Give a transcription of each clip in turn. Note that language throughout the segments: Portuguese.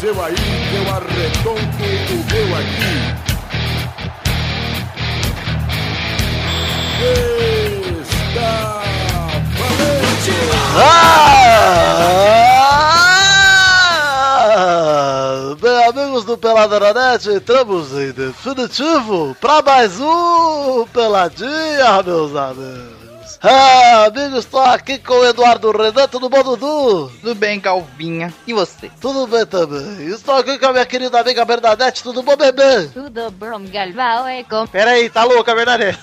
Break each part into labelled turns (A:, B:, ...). A: seu aí, eu arredonto o meu aqui. Está valente!
B: Ah! Bem, amigos do Peladronete, entramos em definitivo para mais um Peladinha, meus amigos. Ah, amigos, estou aqui com o Eduardo Renan, tudo bom, Dudu?
C: Tudo bem, Galvinha? E você?
B: Tudo bem também. Estou aqui com a minha querida amiga Bernadette, tudo bom, bebê?
D: Tudo bom, Galvão? É com...
B: Peraí, tá louca, Bernadette?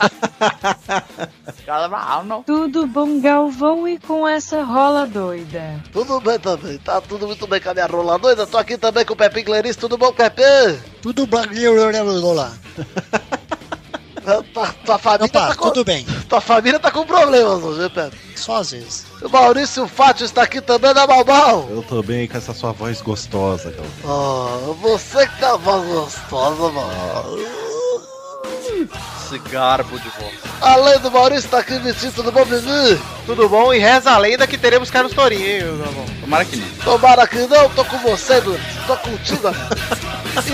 C: Galvão, ah, não.
E: Tudo bom, Galvão, e com essa rola doida?
B: Tudo bem também, tá tudo muito bem com a minha rola doida. Tô aqui também com o Pepinho Clarice, tudo bom, Pepe?
F: Tudo blaguinho, lá.
B: Tua, tua família
F: Opa,
B: tá com...
F: tudo bem.
B: Tua família tá com problemas hoje, hein, Pepe?
F: Só às vezes.
B: O Maurício Fátio está aqui também da Balbal.
G: Eu também com essa sua voz gostosa, Galvão.
B: Ah, você que tá voz gostosa, mano.
C: Esse garbo de voz.
B: Além do Maurício, tá aqui Vitinho, tudo bom, Vivi?
C: Tudo bom, e reza a lenda que teremos Carlos Torinho, hein, Galvão? Tomara que não.
B: Tomara que não, tô com você, Dudu. Tô contigo, amigo.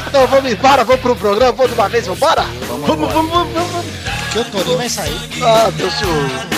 B: Então vamos embora, vamos pro programa, vamos de uma vez, vambora? Vamos, vamos, vamos, vamos, vamos.
F: Que o Torinho vai sair.
B: Ah, Deus te ouve.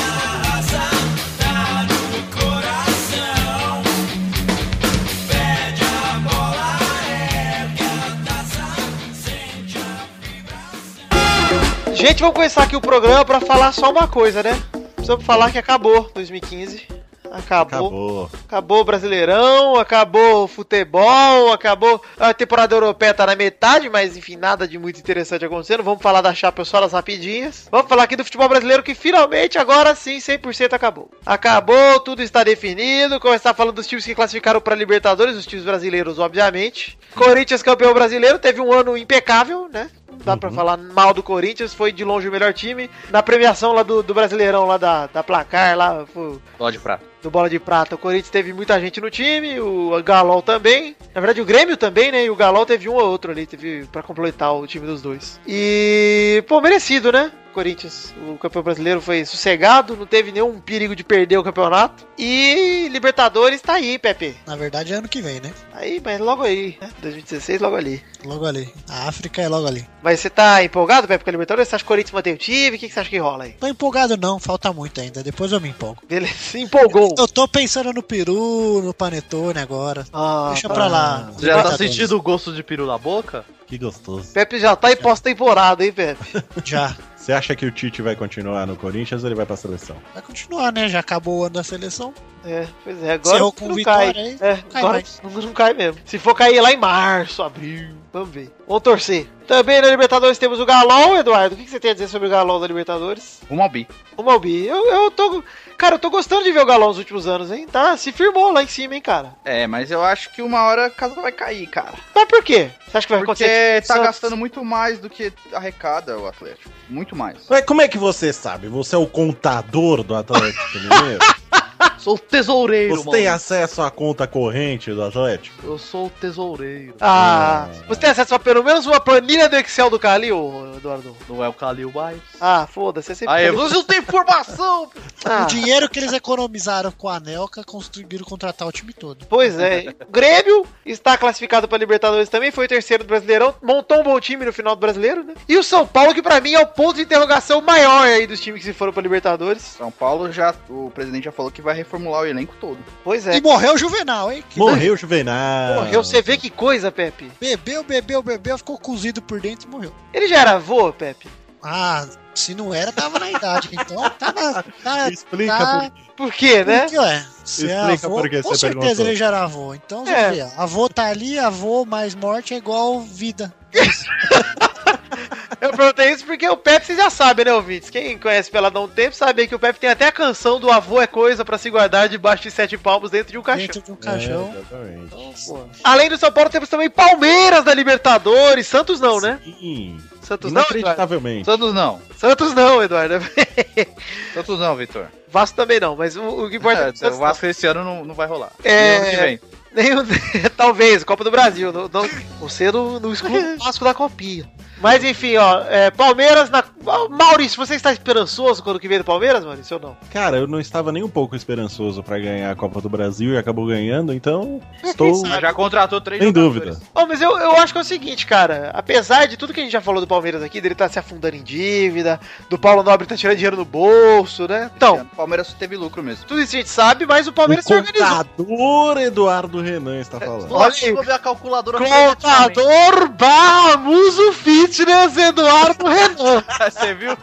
H: Gente, vamos começar aqui o programa pra falar só uma coisa, né? Precisamos falar que acabou 2015. Acabou.
G: Acabou.
H: Acabou o Brasileirão, acabou o futebol, acabou. A temporada europeia tá na metade, mas enfim, nada de muito interessante acontecendo. Vamos falar da chapa só nas rapidinhas. Vamos falar aqui do futebol brasileiro que finalmente, agora sim, 100% acabou. Acabou, tudo está definido. Começar falando dos times que classificaram pra Libertadores, os times brasileiros, obviamente. Corinthians campeão brasileiro, teve um ano impecável, né? Não dá
C: Uhum.
H: pra falar mal do Corinthians, foi de longe o melhor time. Na premiação lá do, do Brasileirão, lá da, da placar, lá, foi,
C: Dó de prata.
H: do Bola de Prata. O Corinthians teve muita gente no time, o Galol também. Na verdade, o Grêmio também, né? E o Galol teve um ou outro ali, teve para completar o time dos dois. E, pô, merecido, né? Corinthians, o campeão brasileiro foi sossegado, não teve nenhum perigo de perder o campeonato. E Libertadores tá aí, Pepe. Tá
F: Na verdade é ano que vem, né?
H: Aí, mas logo aí, né? 2016, logo ali.
F: Logo ali. A África é logo ali.
H: Mas você tá empolgado, Pepe, com a Libertadores? Você acha que o Corinthians mantém o time? O que que você acha que rola aí?
F: Tô empolgado não, falta muito ainda. Depois eu me empolgo.
H: Beleza, se empolgou.
F: Eu tô pensando no Peru, no Panetone agora.
H: Ah,
F: Deixa pra lá.
B: Você
C: Já tá
F: Libertadores.
C: sentindo o gosto de peru na boca?
G: Que gostoso.
H: Pepe já tá em pós-temporada, hein, Pepe?
F: Já.
G: Você acha que o Tite vai continuar no Corinthians ou ele vai pra seleção?
F: Vai continuar, né? Já acabou o ano da seleção.
H: É, pois é, agora
F: Encerrou com
H: não
F: vitória,
H: cai.
F: hein?
H: É,
F: Cai
H: agora
F: mais.
H: não, não cai mesmo. Se for cair lá em março, abril, vamos ver. Vamos torcer. Também na Libertadores temos o Galol, Eduardo. O que que você tem a dizer sobre o Galol da Libertadores?
C: Rumo ao bi.
H: O Malbi, eu, eu tô. Cara, eu tô gostando de ver o Galol nos últimos anos, hein? Tá, se firmou lá em cima, hein, cara.
C: É, mas eu acho que uma hora a casa vai cair, cara.
H: Mas por quê? Você acha que vai
C: Porque
H: acontecer?
C: tá
H: Santos?
C: gastando muito mais do que arrecada o Atlético. Muito mais.
G: Mas como é que você sabe? Você é o contador do Atlético Mineiro?
C: Sou o tesoureiro,
G: Você tem acesso à conta corrente do Atlético?
C: Eu sou o tesoureiro.
H: Ah, você tem acesso a pelo menos uma planilha do Excel do Calil, Eduardo?
C: Não é o Calil mais.
H: Ah, foda-se, é sempre.
C: Aí, vocês têm informação!
H: Ah.
F: O dinheiro que eles economizaram com a Anelca conseguiram contratar o time todo.
H: Pois é. O Grêmio está classificado para Libertadores também, foi o terceiro do Brasileirão, montou um bom time no final do Brasileiro, né? E o São Paulo, que pra mim é o ponto de interrogação maior aí dos times que se foram para Libertadores.
C: São Paulo já. O presidente já falou que vai reformular o elenco todo.
H: Pois
F: E
H: é.
F: morreu o Juvenal, hein? Que
G: Morreu o Juvenal.
H: Morreu, você vê que coisa, Pepe.
F: Bebeu, bebeu, bebeu, ficou cozido por dentro e morreu.
H: Ele já era avô, Pepe?
F: Ah, se não era, tava na idade. Então, tava. Tá,
G: Explica
F: tá-
G: por quê.
H: Por quê, né?
F: Porque, ué, se é
G: Explica
F: avô,
G: por que
F: com
G: você
F: certeza
G: perguntou.
F: ele já era avô. Então,
H: É.
F: Sofia, avô tá ali, avô mais morte é igual vida.
H: Eu perguntei isso porque o Pepe você já sabe, né, ouvintes? Quem conhece Peladão há um tempo sabe aí que o Pepe tem até a canção do avô é coisa pra se guardar debaixo de sete palmos dentro de um caixão.
F: Dentro de um
G: É,
F: caixão. Então,
G: exatamente.
H: Além do São Paulo, temos também Palmeiras da Libertadores. Santos não, né?
G: Sim.
H: Santos não, Eduardo.
G: Inacreditavelmente.
C: Santos não.
H: Santos não, Eduardo.
C: Santos não, Vitor.
H: Vasco também não, mas o, o que importa
C: É,
H: é, que o
C: o
H: Santos
C: Vasco esse ano não, não vai rolar.
H: É.
C: E ano que vem.
H: não. Nem o- talvez, Copa do Brasil. Não, não- você não, não exclui o Vasco da copinha. Mas enfim, ó, é, Palmeiras na. Ó, Maurício, você está esperançoso quando que vem do Palmeiras, Maurício, ou não?
G: Cara, eu não estava nem um pouco esperançoso pra ganhar a Copa do Brasil e acabou ganhando, então estou
I: Mas Já contratou três
G: sem
I: jogadores.
G: dúvida.
H: Ó, mas eu, eu acho que é o seguinte, cara, apesar de tudo que a gente já falou do Palmeiras aqui, dele tá se afundando em dívida, do Paulo Nobre tá tirando dinheiro no bolso, né? Então,
I: O Palmeiras teve lucro mesmo.
H: tudo isso a gente sabe, mas o Palmeiras
G: O
H: se organizou.
G: contador Eduardo Renan está falando.
H: Olha aí.
I: Vou ver a calculadora.
H: Contador Bamuso Fitness Eduardo Renan.
I: Você viu?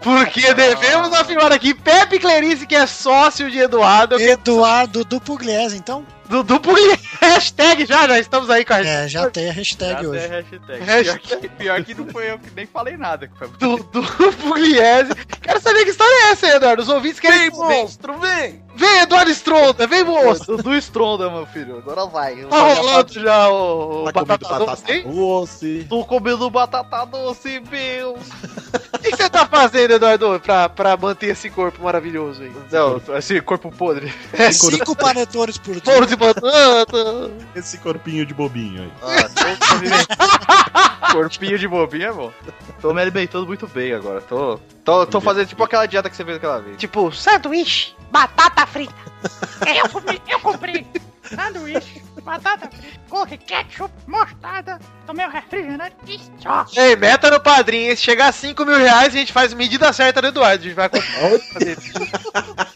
H: Porque devemos afirmar aqui, Pepe Clarice, que é sócio de Eduardo,
F: Eduardo do Pugliese, então?
H: do duplo hashtag já, já estamos aí com a
F: É, já tem a hashtag
I: Já tem
F: hoje.
I: hashtag. Pior
H: Hashtag.
I: que, pior que não foi eu que nem falei nada. que foi-
H: Dudu Pugliese. Quero saber que história é essa, Eduardo. Os ouvintes querem saber.
I: monstro, vem!
H: Vem, Eduardo Stronda, vem, moço.
I: Do Stronda, meu filho. Agora vai.
H: Tá rolando já o, o
G: Tá comendo
H: batata
G: batata
H: doce, hein?
G: doce.
I: Tô comendo batata doce, meu.
H: O que que você tá fazendo, Eduardo, pra, pra manter esse corpo maravilhoso aí?
I: Não, esse corpo podre.
F: É cinco panetones por dia.
H: Bolo de batata.
G: Esse corpinho de bobinho aí.
I: Ah, tô me alimentando- Corpinho de bobinha, bom. Tô me alimentando muito bem agora. Tô, tô, tô fazendo tipo aquela dieta que você fez aquela vez.
H: Tipo, sanduíche.
D: Batata frita. Eu comi, eu comprei. Sanduíche, batata frita, corre, ketchup, mostarda, tomei o refrigerante e só.
H: Ei, meta no padrinho. hein? Se chegar a 5 mil reais, a gente faz medida certa do Eduardo. A gente vai comprar.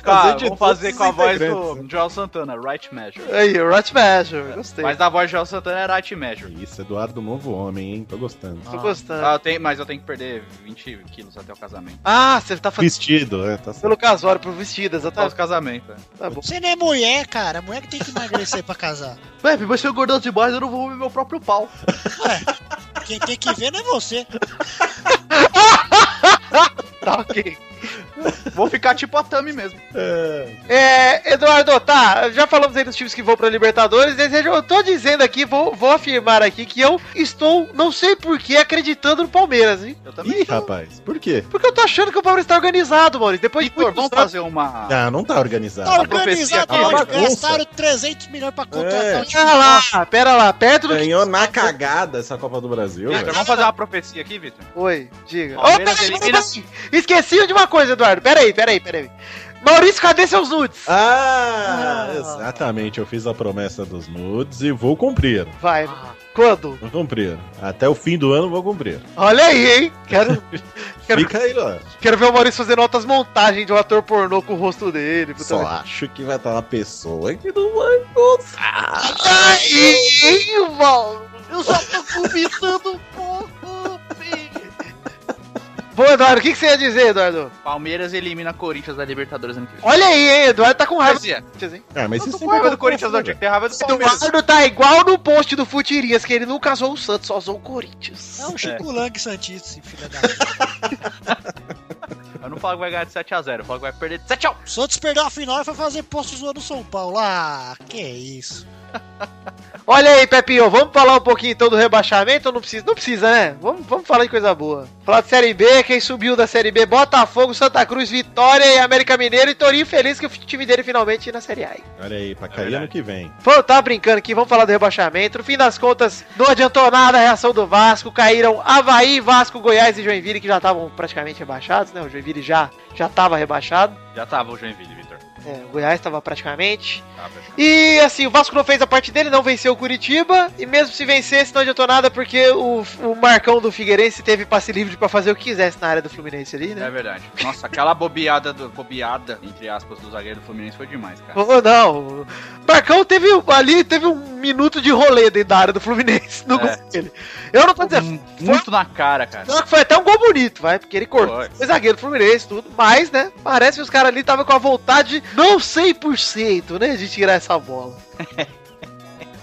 G: Pode
I: com a,
G: fazer de todos
I: vamos fazer com a
G: os
I: voz do
G: integrantes.
I: Joel Santana, Right Measure.
H: Aí, o Rat Measure. Gostei.
I: Mas da voz do Joel Santana é Right Measure.
G: Isso, Eduardo Novo Homem, hein? Tô gostando.
H: Tô gostando.
I: Ah, eu tenho- mas eu tenho que perder 20 quilos até o casamento.
H: Ah, você tá fazendo
G: Vestido, é, tá certo.
H: pelo casório, pro vestido,
I: Até o
H: exatamente.
I: casamento. é.
H: Tá bom.
F: Você nem é mulher, cara. Mulher que tem que emagrecer pra casar.
I: Pepe, mas se eu engordar demais, eu não vou comer meu próprio pau.
F: Quem tem que ver não é você.
H: Tá ok.
I: Vou ficar tipo a Tami mesmo.
H: É, Eduardo, tá, já falamos aí dos times que vão pra Libertadores, desejo, eu tô dizendo aqui, vou, vou afirmar aqui que eu estou, não sei porquê, acreditando no Palmeiras, hein?
I: Eu também.
G: Ih, rapaz, por quê?
H: Porque eu tô achando que o Palmeiras tá organizado, Maurício, depois de
I: Vitor,
H: muitos
I: vamos
H: anos-
I: fazer uma.
G: Ah, não tá
F: Tá
G: organizado.
I: profecia
F: organizado,
I: aqui,
F: ó,
G: bagunça.
F: gastaram 300 milhões pra contratar um
G: É.
I: um
F: o time.
H: Pera lá, pera lá, perto do que...
G: Ganhou na cagada essa Copa do Brasil,
I: Vitor,
G: velho.
I: vamos fazer uma profecia aqui, Vitor?
H: Oi, diga. Ô,
I: Palmeiras
H: peraí,
I: elimina-
H: peraí, esqueci de uma coisa, Eduardo, peraí, peraí, peraí. Maurício, cadê seus nudes?
G: Ah, exatamente. Eu fiz a promessa dos nudes e vou cumprir.
H: Vai,
I: Ah.
H: quando?
G: Vou cumprir. Até o fim do ano vou cumprir.
H: Olha aí, hein? Quero, quero,
G: Fica aí, ó.
H: quero ver o Maurício fazendo altas montagens de um ator pornô com o rosto dele. puta
G: Só
H: merda.
G: acho que vai estar uma pessoa que não vai gostar.
H: Ai, Val, eu só tô cobiçando um pouco, filho. Bom, Eduardo, o que, que você ia dizer, Eduardo?
I: Palmeiras elimina Corinthians da Libertadores ano que vem.
H: Olha aí, hein, Eduardo tá com raiva.
I: Profecia.
G: Ah, mas
I: Eu
G: isso
I: tô com
G: sempre
I: raiva do Corinthians, não
G: acontece, né,
I: tinha que ter raiva do Palmeiras.
H: Eduardo tá igual no post do Futirias, que ele não casou o Santos, só usou o Corinthians.
F: É um Chico Lang Santíssimo, filha da puta.
I: Eu não falo que vai ganhar de 7x0, eu falo que vai perder de 7x1.
F: O Santos perdeu a final e foi fazer posto zoando São Paulo. Ah, que isso.
H: Olha aí, Pepinho, vamos falar um pouquinho então do rebaixamento? ou Não precisa, não precisa, né? Vamos, vamos falar de coisa boa. Falar de Série B, quem subiu da Série B, Botafogo, Santa Cruz, Vitória e América Mineiro. E Torinho feliz que o time dele finalmente ir na Série A. hein?
G: Olha aí, pra cair
I: verdade.
G: ano que vem.
H: Vamos tá brincando aqui, vamos falar do rebaixamento. No fim das contas, não adiantou nada a reação do Vasco. Caíram Havaí, Vasco, Goiás e Joinville, que já estavam praticamente rebaixados, né? O Joinville já já estava rebaixado.
I: Já tava o Joinville, Vitor.
H: É, o Goiás estava praticamente.
I: Tá, velho.
H: E assim, o Vasco não fez a parte dele, não venceu o Curitiba. E mesmo se vencesse, não adiantou nada, porque o, o Marcão do Figueirense teve passe livre pra fazer o que quisesse na área do Fluminense ali,
I: É
H: né?
I: verdade. Nossa, aquela bobeada, do, bobeada, entre aspas, do zagueiro do Fluminense foi demais, cara.
H: Ou não, o Marcão teve ali, teve um minuto de rolê dentro da área do Fluminense no
I: É. Um
H: gol dele. Eu não tô dizendo,
I: Hum, Muito na cara, cara. é.
H: Só que foi até um gol bonito, vai, porque ele cortou.
I: Foi.
H: Foi é zagueiro do Fluminense, tudo, mas, né? Parece que os caras ali estavam com a vontade, não 100%, né? De tirar essa bola.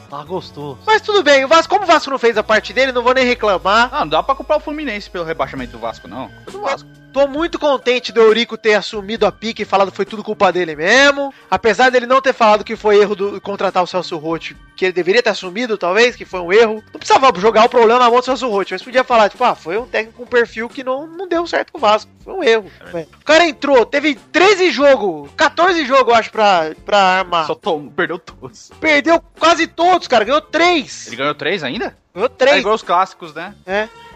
B: Tá gostoso.
H: Mas tudo bem, o Vasco, como o Vasco não fez a parte dele, não vou nem reclamar.
I: Ah, não dá pra culpar o Fluminense pelo rebaixamento do Vasco, não. Foi do Vasco.
H: Tô muito contente do Eurico ter assumido a pique e falado que foi tudo culpa dele mesmo. Apesar dele não ter falado que foi erro do contratar o Celso Rotti, que ele deveria ter assumido, talvez, que foi um erro. Não precisava jogar o problema na mão do Celso Rotti, mas podia falar, tipo, ah, foi um técnico com perfil que não, não deu certo com o Vasco. Foi um erro. O cara entrou, teve 13 jogos, 14 jogos, eu acho, pra, pra armar.
I: Só tomou, um, perdeu todos.
H: Perdeu quase todos, cara. Ganhou 3.
I: Ele ganhou três ainda?
H: Ganhou
I: É
H: três.
I: igual os clássicos, né?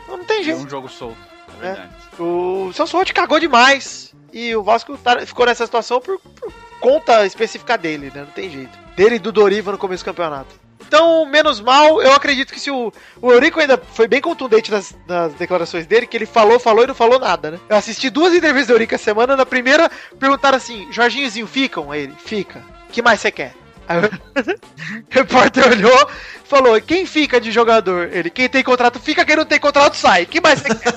H: Não tem
I: É
H: jeito.
I: um jogo solto. É verdade.
H: O Celso Roth cagou demais. E o Vasco tá- ficou nessa situação por, por conta específica dele, né? Não tem jeito. Dele e do Doriva no começo do campeonato. Então, menos mal, eu acredito que se o, o Eurico ainda foi bem contundente nas, nas declarações dele, que ele falou, falou e não falou nada, né? Eu assisti duas entrevistas do Eurico essa semana. Na primeira, perguntaram assim: Jorginhozinho, ficam? Aí ele, fica. que mais você quer? Aí o repórter olhou e falou: quem fica de jogador? Ele, quem tem contrato fica, quem não tem contrato sai. que mais você quer?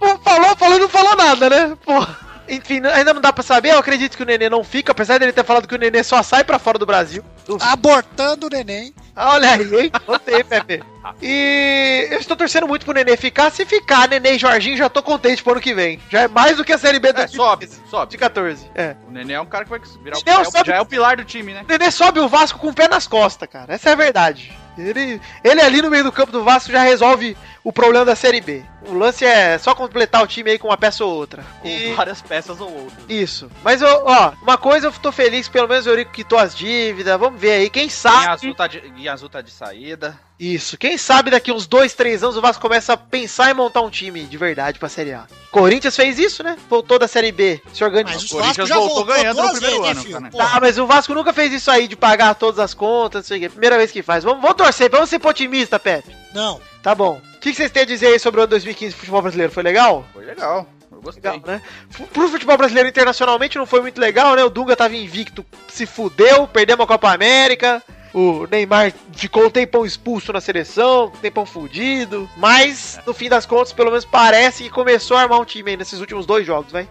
H: Pô, falou, falou e não falou nada, né? Pô. Enfim, n- ainda não dá pra saber. Eu acredito que o Nenê não fica, apesar dele ter falado que o Nenê só sai pra fora do Brasil.
F: Abortando o neném.
H: Ah, Olha aí, hein? Gostei, Pepe. E eu estou torcendo muito pro Nenê ficar. Se ficar, Nenê e Jorginho, já tô contente pro ano que vem. Já é mais do que a Série B do
I: É, sobe,
H: de
I: sobe.
H: 14. É.
I: O Nenê é um cara que vai virar o,
H: Nenê é
I: já
H: o
I: é o-
H: sobe-
I: já é o pilar do time, né?
H: O Nenê sobe o Vasco com o pé nas costas, cara. Essa é a verdade. Ele, ele ali no meio do campo do Vasco já resolve o problema da Série B. O lance é só completar o time aí com uma peça ou outra.
I: Com
H: E-
I: várias peças ou outras.
H: Isso. Mas, ó, ó, uma coisa eu tô feliz, pelo menos o Eurico quitou as dívidas. Vamos ver aí. Quem
I: Guinha
H: sabe.
I: azul, tá de, Guinha azul tá de saída.
H: Isso. Quem sabe daqui uns dois, três anos o Vasco começa a pensar em montar um time de verdade pra Série A. Corinthians fez isso, né? Voltou da Série B, se organizou.
F: Mas o
I: Corinthians
F: Vasco já
I: voltou
F: voltou,
I: ganhando no
F: duas
I: primeiro
F: vezes,
I: ano,
F: né, filho?
I: cara.
F: Porra.
H: Tá, mas o Vasco nunca fez isso aí de pagar todas as contas, não sei o quê. Primeira vez que faz. Vamos, vamos torcer, vamos ser otimista, Pepe.
F: Não.
H: Tá bom. O que que vocês têm a dizer aí sobre o ano 2015 do futebol brasileiro? Foi legal?
I: Foi legal. Eu gostei.
H: Legal, né? F- Pro futebol brasileiro internacionalmente não foi muito legal, né? O Dunga tava invicto, se fudeu, perdemos a Copa América. O Neymar ficou um tempão expulso na seleção, um tempão fudido. Mas, no fim das contas, pelo menos parece que começou a armar um time aí nesses últimos dois jogos, vai.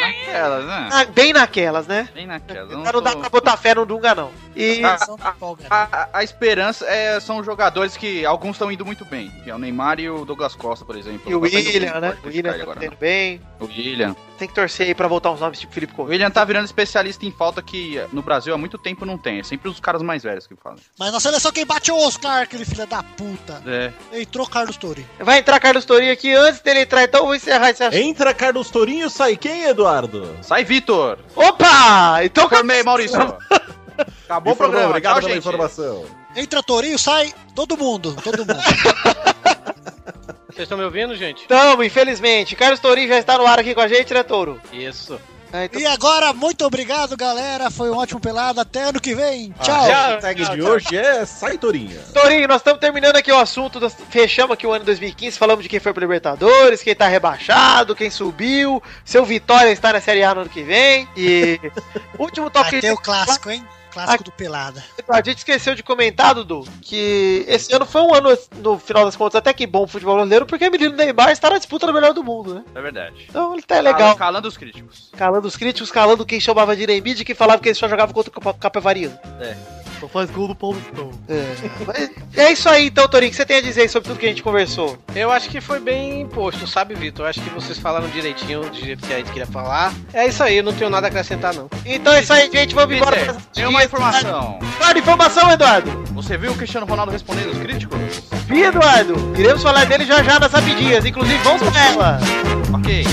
I: Naquelas, né?
H: Ah, bem naquelas, né?
I: Bem naquelas.
H: Não, não dá pra botar fé no Dunga, não. E.
I: Ah,
F: São Paulo, cara.
I: A, a- a esperança é, são jogadores que alguns estão indo muito bem. Que é o Neymar e o Douglas Costa, por exemplo.
H: E o
I: Tá indo bem, pode
H: William, né? O
I: criticar
H: William
I: ele
H: tá
I: agora,
H: tendo bem.
I: não. O William.
H: Tem que torcer aí pra voltar uns nomes tipo Felipe
I: O
H: Correia.
I: William tá virando especialista em falta que no Brasil há muito tempo não tem. É sempre os caras mais velhos que falam.
F: Mas na seleção quem bate é o Oscar, aquele filho da puta.
I: É.
F: Entrou Carlos Tori.
H: Vai entrar Carlos Torinho aqui antes dele entrar, então eu vou encerrar esse assunto.
G: Entra Carlos Tourinho, sai quem, Eduardo?
I: Sai, Vitor!
H: Opa! Então
I: Formei, Maurício! Acabou
G: Informou,
I: o programa.
G: Obrigado
I: Tchau,
G: pela
I: gente.
G: informação.
F: Entra Torinho, sai todo mundo, todo mundo.
J: Vocês estão me ouvindo, gente?
H: Tamo, infelizmente. Carlos Tourinho já está no ar aqui com a gente, né, Touro?
J: Isso.
H: É, então-
F: e agora, muito obrigado, galera. Foi um ótimo pelado. Até ano que vem. Tchau.
J: tchau.
G: A hashtag de hoje é Sai Tourinho.
H: tá Tourinho, nós estamos terminando aqui o assunto, nós fechamos aqui o ano 2015, falamos de quem foi pro Libertadores, quem tá rebaixado, quem subiu, seu Vitória está na Série A no ano que vem, e último toque
F: Vai ter o clássico, hein? Clássico do Pelada.
H: A gente esqueceu de comentar, Dudu, que esse ano foi um ano, no final das contas, até que bom pro futebol brasileiro, porque o menino Neymar está na disputa do melhor do mundo, né?
I: É verdade.
H: Então ele tá
I: Calando,
H: legal.
I: calando os críticos.
H: Calando os críticos, calando quem chamava de Neymid e quem falava que ele só jogava contra o Cap- Capivariano.
I: É.
H: Só faz gol do Paulistão. É. Mas é isso aí então, Torinho, o que você tem a dizer aí sobre tudo que a gente conversou?
J: Eu acho que foi bem posto, sabe, Vitor? Eu acho que vocês falaram direitinho do jeito que a gente queria falar. É isso aí, eu não tenho nada a acrescentar, não.
H: Então é isso aí, gente, vamos embora.
I: Peter, tem uma informação.
H: Claro, informação, Eduardo.
I: Você viu o Cristiano Ronaldo respondendo os críticos?
H: Vi, Eduardo. Iremos falar dele já já nas rapidinhas, inclusive vamos pra ela.
I: Ok.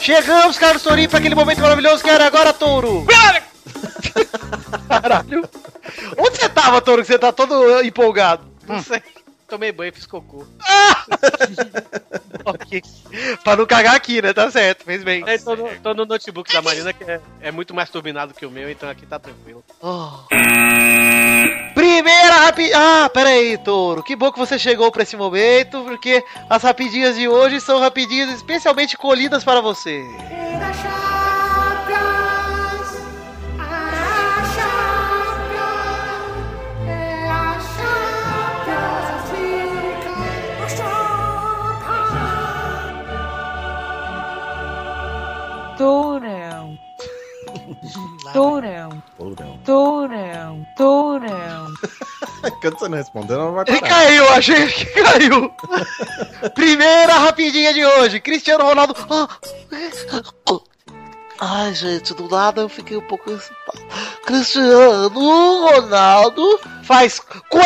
H: Chegamos, Carlos Torinho, pra aquele momento maravilhoso que era agora, Touro. Caralho. Onde você tava, Touro, que você tá todo empolgado?
J: Não sei. Tomei banho, fiz cocô.
H: Ah! Ok. pra não cagar aqui, né? Tá certo, fez bem.
J: É, tô, no, tô no notebook da Marina, que é, é muito mais turbinado que o meu, então aqui tá tranquilo.
H: Oh. Primeira rapidinha. Ah, peraí, Touro. Que bom que você chegou pra esse momento, porque as rapidinhas de hoje são rapidinhas especialmente colhidas para você.
D: Era Champions, a Champions, é a Champions, as ligas, a Champions.
E: Tourão, tourão,
G: Ou não.
E: tourão, tourão.
G: Quando você não responder, ela não vai
H: Ele
G: parar.
H: caiu, achei que caiu. Primeira rapidinha de hoje. Cristiano Ronaldo. Ai, assim, gente, do nada eu fiquei um pouco excitado. Cristiano Ronaldo faz quatro.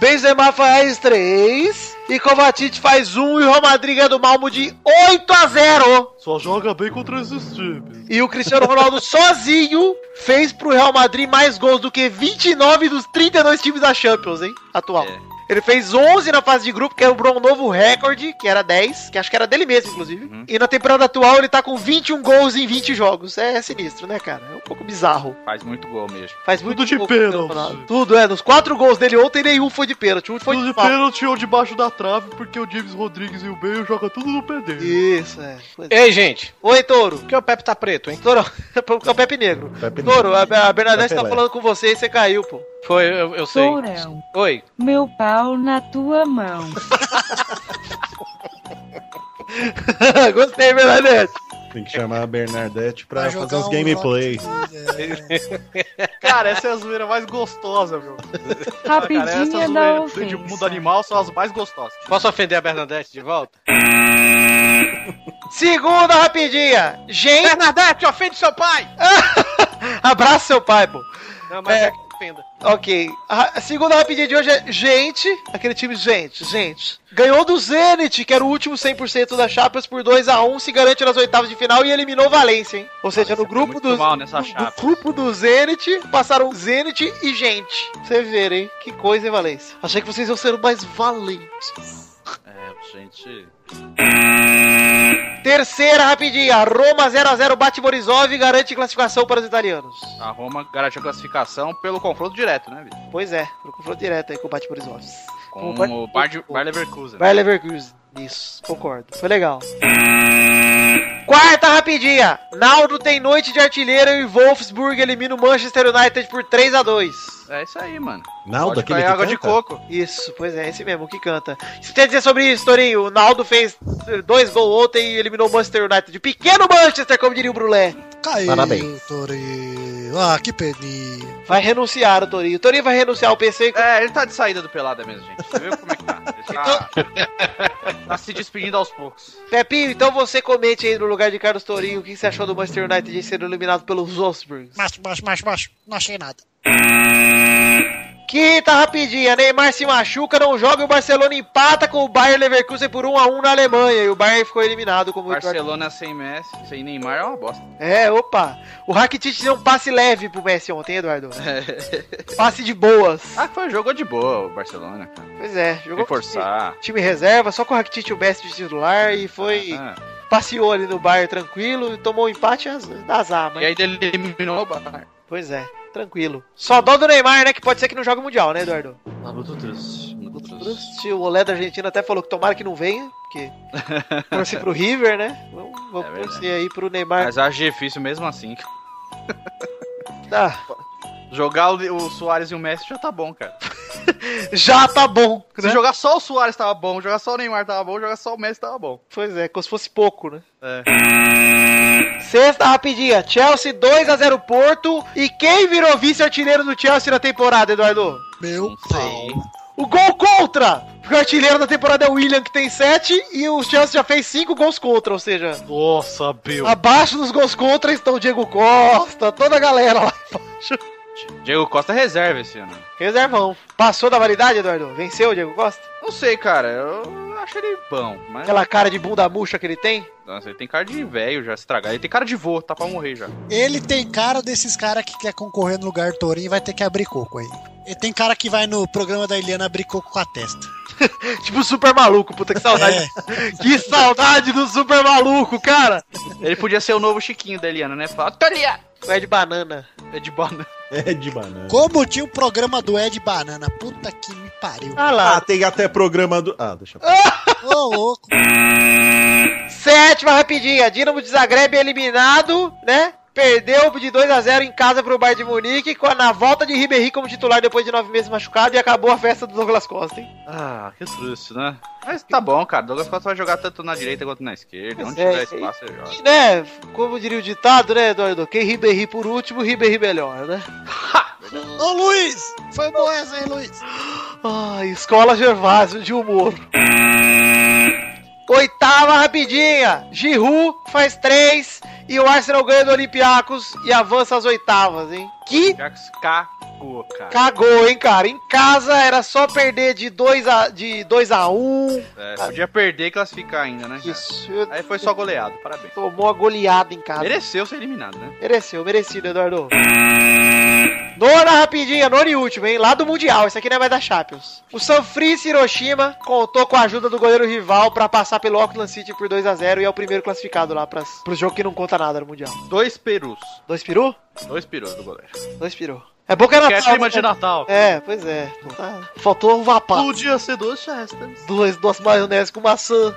H: Benzema faz três. E Kovacic faz um. E o Real Madrid ganha do Malmo de 8 a 0.
B: Só joga bem contra esses times.
H: E o Cristiano Ronaldo sozinho fez pro Real Madrid mais gols do que 29 dos 32 times da Champions, hein? Atual.
I: É.
H: Ele fez 11 na fase de grupo, quebrou um novo recorde, que era 10, que acho que era dele mesmo, inclusive.
I: Uhum.
H: E na temporada atual ele tá com 21 gols em 20 jogos. É sinistro, né, cara? É um pouco bizarro.
I: Faz muito gol mesmo.
H: Faz muito
B: Tudo de
H: gol pro Cristiano
B: pênalti.
H: Ronaldo. Tudo, é. Nos quatro gols dele ontem, nenhum foi de pênalti. Um foi
B: Tudo
H: de
B: de
H: pênalti.
B: pênalti ou debaixo da trave, porque o James Rodrigues e o Bale jogam tudo no pé dele.
H: Isso, é. Pois é.
J: Ei, gente,
H: Oi, Touro.
J: por que o Pepe tá preto, hein?
H: Toro, é o Pepe Negro.
G: Pepe
H: Toro, a, a Bernadette
G: Pepe
H: tá
G: Lé.
H: falando com você e você caiu, pô.
J: Foi, eu, eu sei.
E: Tourão,
J: Oi.
E: meu pau na tua mão.
H: Gostei, Bernadette.
G: Tem que chamar a Bernadette pra
F: Vai
G: fazer
F: jogar
G: uns
F: um
G: gameplay.
F: É,
I: Cara, essa é a zoeira mais gostosa, meu. Cara, essas
E: Rapidinha da
I: zoeiras de mundo
E: ofensa.
I: animal são as mais gostosas.
J: Posso ofender a Bernadette de volta?
H: Segunda rapidinha. Gente,
J: Bernadette, ofende seu pai!
H: abraça seu pai, pô.
J: Não, mas
H: É.
J: é, que ofenda.
H: Ok. A ra- a segunda rapidinha de hoje é gente, aquele time gente, gente. Ganhou do Zenit, que era o último 100% da Chapas por 2 a 1 se garante nas oitavas de final e eliminou o Valência, hein? Ou seja, no
I: Foi
H: grupo
I: é muito
H: do
I: mal nessa
H: no- no
I: chapa.
H: grupo do Zenit, passaram Zenit e gente. Pra Você ver, hein? Que coisa, hein, Valência? Achei que vocês iam ser mais valentes.
I: É, gente.
H: Terceira rapidinha, Roma 0x0 bate Borisov e garante classificação para os italianos.
I: A Roma garantiu a classificação pelo confronto direto, né, bicho?
H: Pois é, pro confronto direto aí com o bate Borisov.
I: Com
H: Bar-
I: o Bar, de- Bar Leverkusen.
H: Vai Leverkusen, isso, concordo, foi legal. Quarta rapidinha, Naldo tem noite de artilheiro e Wolfsburg elimina o Manchester United por 3 a 2
I: É isso aí, mano.
G: Naldo,
I: Pode
G: aquele
I: cair
G: que
I: água de
G: canta?
I: coco.
H: Isso, pois é, esse mesmo que canta. Você tem a dizer sobre isso, Torinho? O Naldo fez dois gols ontem e eliminou o Manchester United. Pequeno Manchester, como diria o Brulé.
F: é. Caiu,
G: Parabéns.
F: Torinho. Ah, que peninha.
H: Vai renunciar o Torinho. O Torinho vai renunciar ao PC e
I: É, ele tá de saída do pelada mesmo, gente. Você viu como é que tá? Ele
H: Então-
I: tá, tá se despedindo aos poucos.
H: Pepinho, então você comente aí no lugar de Carlos Tourinho o que você achou do Manchester United de ser eliminado pelos Wolfsburgs.
F: Macho, macho, macho, macho. Não achei nada.
H: Quinta rapidinha, Neymar se machuca, não joga e o Barcelona empata com o Bayern Leverkusen por 1 a 1 na Alemanha e o Bayern ficou eliminado como o Eduardo-
I: Barcelona sem Messi, sem Neymar é uma bosta.
H: É, opa. O Rakitic deu um passe leve pro Messi ontem, Eduardo. passe de boas.
I: Ah, foi, jogou de boa o Barcelona, cara.
H: Pois é,
I: Sem
H: jogou com time,
I: forçar.
H: time reserva, só com o Rakitic e o Messi de titular e foi
I: Ah,
H: passeou ali no Bayern tranquilo e tomou um empate az- dá azar, mas
I: E aí ele eliminou o Bar.
H: Pois é, tranquilo. Só dó do Neymar, né? Que pode ser que não jogue o Mundial, né, Eduardo?
I: Muito triste. Muito triste.
H: Se o Olé da Argentina até falou que tomara que não venha, porque torce pro River, né? Vamos, vamos
I: É verdade.
H: torcer aí pro Neymar.
I: Mas acho difícil mesmo assim.
H: Ah,
I: Jogar o, o Soares e o Messi já tá bom, cara.
H: já tá bom,
I: Se
H: né?
I: jogar só o Soares tava bom, jogar só o Neymar tava bom, jogar só o Messi tava bom.
H: Pois é, como se fosse pouco, né?
I: É.
H: Sexta rapidinha, Chelsea 2x0 Porto. E quem virou vice-artilheiro do Chelsea na temporada, Eduardo?
F: Meu
I: Não
F: pau.
I: sei.
H: O gol contra! Porque o artilheiro da temporada é o William, que tem 7, e o Chelsea já fez 5 gols contra, ou seja,
B: Nossa, Bill.
H: Abaixo dos gols contra estão o Diego Costa, toda a galera lá.
I: Diego Costa é reserva esse ano.
H: Reservão. Passou da validade, Eduardo? Venceu o Diego Costa?
I: Não sei, cara. Eu acho ele bom, mas.
H: Aquela cara de bunda murcha que ele tem?
I: Nossa, ele tem cara de velho já estragar. Ele tem cara de vô, tá pra morrer já.
F: Ele tem cara desses caras que quer concorrer no lugar do Torinho e vai ter que abrir coco aí. E tem cara que vai no programa da Eliana abrir coco com a testa.
H: Tipo super maluco, puta que saudade.
F: É,
H: Que saudade do super maluco, cara!
I: Ele podia ser o novo Chiquinho da Eliana, né? Fala, Tolia!
H: É de banana.
I: É de banana.
G: É de banana.
F: como tinha o programa do Ed Banana. Puta que me pariu.
H: Ah
G: Ah,
H: lá.
G: tem até programa do. Ah, deixa eu.
F: Ô, louco.
H: Ah, Sétima rapidinha. Dinamo de Zagreb eliminado, né? Perdeu de 2 a 0 em casa pro Bayern de Munique, com a- na volta de Ribéry como titular depois de nove meses machucado e acabou a festa do Douglas Costa, hein?
I: Ah, que susto, né? Mas tá bom, cara. Douglas Costa vai jogar tanto na direita quanto na esquerda.
H: Pois
I: Onde
H: é,
I: tiver
H: isso aí.
I: espaço, ele joga.
H: E, né, como diria o ditado, né, Eduardo? Quem Ribéry por último, Ribéry melhor, né?
F: Ô, Luiz. Foi boa essa, hein, Luiz?
H: Ah, escola Gervásio de humor. Oitava rapidinha. Giru faz três E o Arsenal ganha do Olympiacos e avança às oitavas, hein? Que
I: Jax cagou, cara.
H: cagou, hein, cara? Em casa era só perder de 2 a de 2 a 1. Um.
I: É, podia perder e classificar ainda, né? cara?
H: Isso. eu-
I: Aí foi só goleado, parabéns.
H: Tomou a goleada em casa.
I: Mereceu ser eliminado, né?
H: Mereceu, merecido, Eduardo. Nona rapidinha, nona e última, hein? Lá do Mundial, isso aqui não é mais da Champions. O Sanfris Hiroshima contou com a ajuda do goleiro rival pra passar pelo Auckland City por 2 a 0 e é o primeiro classificado lá pras, pro jogo que não conta nada no Mundial.
I: Dois perus.
H: Dois peru?
I: Dois perus do goleiro.
H: Dois peru. É bom que é
I: Que é
H: Natal.
I: clima
H: né?
I: de Natal.
H: É, pois é. Pô, tá. Faltou um vapá.
I: Podia ser duas chestas.
H: Duas, duas maionese com maçã.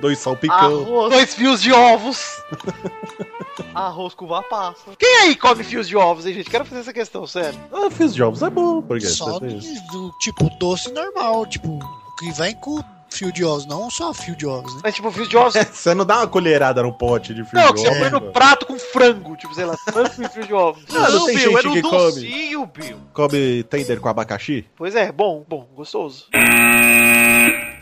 G: Dois salpicão.
I: Arroz,
H: Dois fios de ovos.
I: arroz com vapaça.
H: Quem aí come fios de ovos, hein, gente? Quero fazer essa questão, sério.
G: Ah, fiz jogos, é bom, porque
F: Só
G: você fez.
F: do, do tipo doce normal, tipo, que vem com fio de ovos, não só fio de ovos, né?
H: Mas, tipo, fios de ovos
G: Você não dá uma colherada no pote de frio
H: Não, que você
F: ovo,
H: põe no prato com frango, tipo, sei lá, frango e fio de ovos.
G: Não, não um tem gente que come,
I: docinho, Bill.
G: come tender com abacaxi?
H: Pois é, bom, bom, gostoso.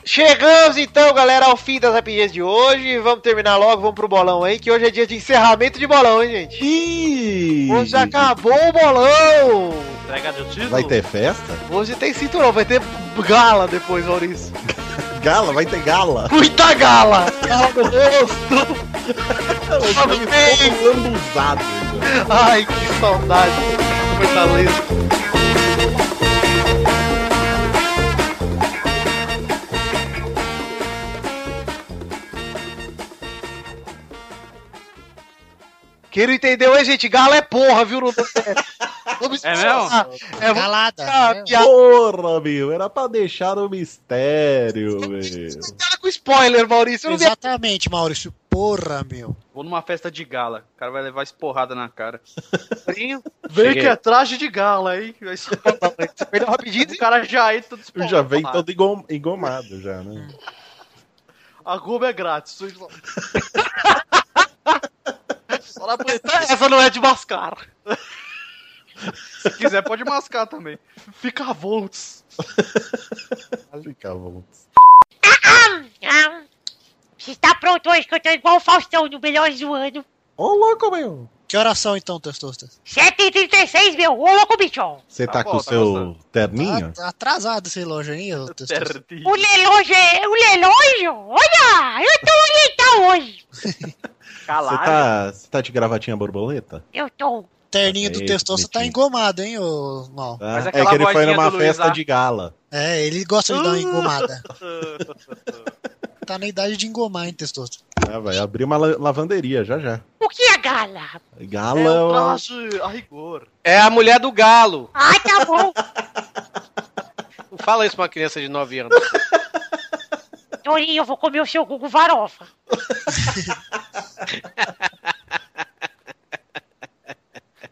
H: Chegamos então, galera, ao fim das rapidinhas de hoje. Vamos terminar logo, vamos pro bolão aí, que hoje é dia de encerramento de bolão, hein, gente?
G: Ih!
H: Hoje acabou o bolão!
I: Entrega do título.
G: Vai ter festa?
H: Hoje tem cinturão, vai ter gala depois, Maurício.
G: Gala? Vai ter gala?
H: Muita gala! Ai, meu Deus! Sabe bem.
G: Todo lambuzado. velho.
H: Ai, que saudade! Fortaleza! Quem não entendeu, hein, gente? Gala é porra, viu? Não... Vamos
I: É
H: expulsar. É, vamos
F: Calada.
J: Tá Ah,
H: ficar
F: né?
H: piada
G: Porra, meu, era pra deixar o mistério, velho.
H: Cara com spoiler, Maurício. Eu não vi-
F: Exatamente, Maurício. Porra, meu.
I: Vou numa festa de gala. O cara vai levar esporrada na cara.
J: Vem que é
I: traje de gala, hein?
H: Você perdeu rapidinho.
I: O cara já entra todo
G: Eu já vem todo engom- engomado já, né?
I: A Globo é grátis.
H: Essa não é de mascar.
I: Se quiser, pode mascar também.
H: Fica a volts.
G: Fica bom.
D: Ah, você está pronto hoje que eu tô igual o Faustão no melhor do ano.
G: Ô, louco, meu.
F: Que oração então, Testostas?
D: 7h36, meu, ô louco, bichão.
G: Você tá,
I: Tá
G: com
I: bom,
G: o
I: tá
G: seu
I: gostando.
G: terninho?
F: Tá, tá atrasado esse loja, hein, ô, Testostas?
D: O lelojo é... O lelojo? Olha, eu tô bonitão hoje.
G: Você
H: né?
G: tá, você tá de gravatinha borboleta?
D: Eu tô...
F: Terninho do
G: Ei,
F: Testosta tá
G: bonitinho.
F: engomado, hein, ô Mal?
G: Tá?
I: Mas
G: É
I: aquela
G: que ele foi
I: vozinha
G: numa
I: do Luiz
G: festa
I: Arco.
G: de gala.
F: É, ele gosta de dar uma engomada. tá na idade de engomar, hein, Testosta?
G: Ah, vai abrir uma la- lavanderia já já.
D: O que é gala?
I: um
G: Gala é uma-
I: a rigor.
J: É a mulher do galo.
D: Ah, tá bom.
J: Não fala isso pra uma criança de 9 anos.
D: Torinho, eu vou comer o seu Gugu Varofa.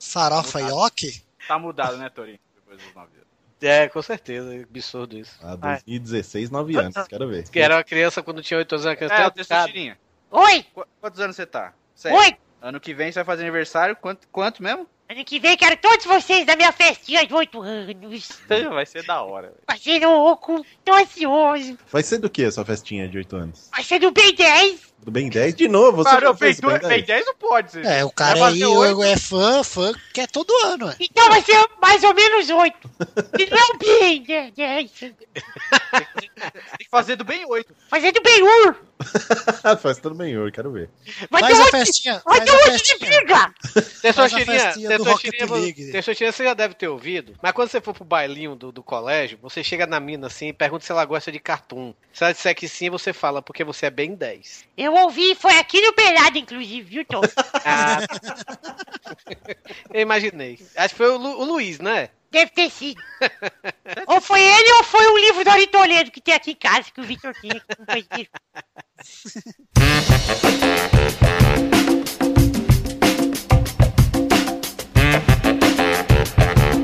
F: Farofa e ok?
I: Tá mudado, né, Torinho? Depois dos nove anos.
J: É, com certeza. é Absurdo isso.
G: Ah, 2016, 9 anos, quero ver.
J: Que era uma criança quando tinha 8 anos, era uma criança
I: É, o
J: até educada.
I: Testosterinha.
D: Oi,
I: Qu- Quantos anos você tá? Sério?
D: oi.
I: Ano que vem você vai fazer aniversário? Quanto, quanto mesmo?
D: Ano que vem quero todos vocês na minha festinha de 8 anos.
I: Vai ser da hora. velho.
D: Vai ser louco, tô ansioso.
G: Vai ser do que essa festinha de 8 anos?
D: Vai ser do Ben 10.
G: Do Ben 10? De novo? Você
I: Cara,
G: já fez o
I: Ben 10?
G: Ben 10?
I: 10 não pode. Você...
F: É, o
I: Vai
F: cara aí
I: fazer oito.
F: é fã, fã, que é todo ano, é.
D: Então vai ser mais ou menos 8. E não é o Ben 10.
I: Tem que fazer do bem 8.
D: Vai ser do Ben 1.
G: Ah, Faz tudo bem, eu quero ver.
D: Vai ter
F: Faz a
D: um
F: festinha,
D: Vai
F: faz
D: ter
F: a
D: um monte de
F: festinha.
D: briga!
F: Faz a
J: Testosterinha,
F: festinha do
J: testosterinha,
F: Rocket League.
J: vo- testosterinha, você já deve ter ouvido, mas quando você for pro bailinho do, do colégio, você chega na mina assim e pergunta se ela gosta de cartoon. Se ela disser que sim, você fala, porque você é bem 10.
D: Eu ouvi, foi aqui no Belado, inclusive, viu, Tom?
J: Ah, eu imaginei. Acho que foi o, Lu- o Luiz, né?
D: Deve ter sido. ou foi ele ou foi um livro do Ari Toledo que tem aqui em casa, que o Victor tinha. Que não foi dele.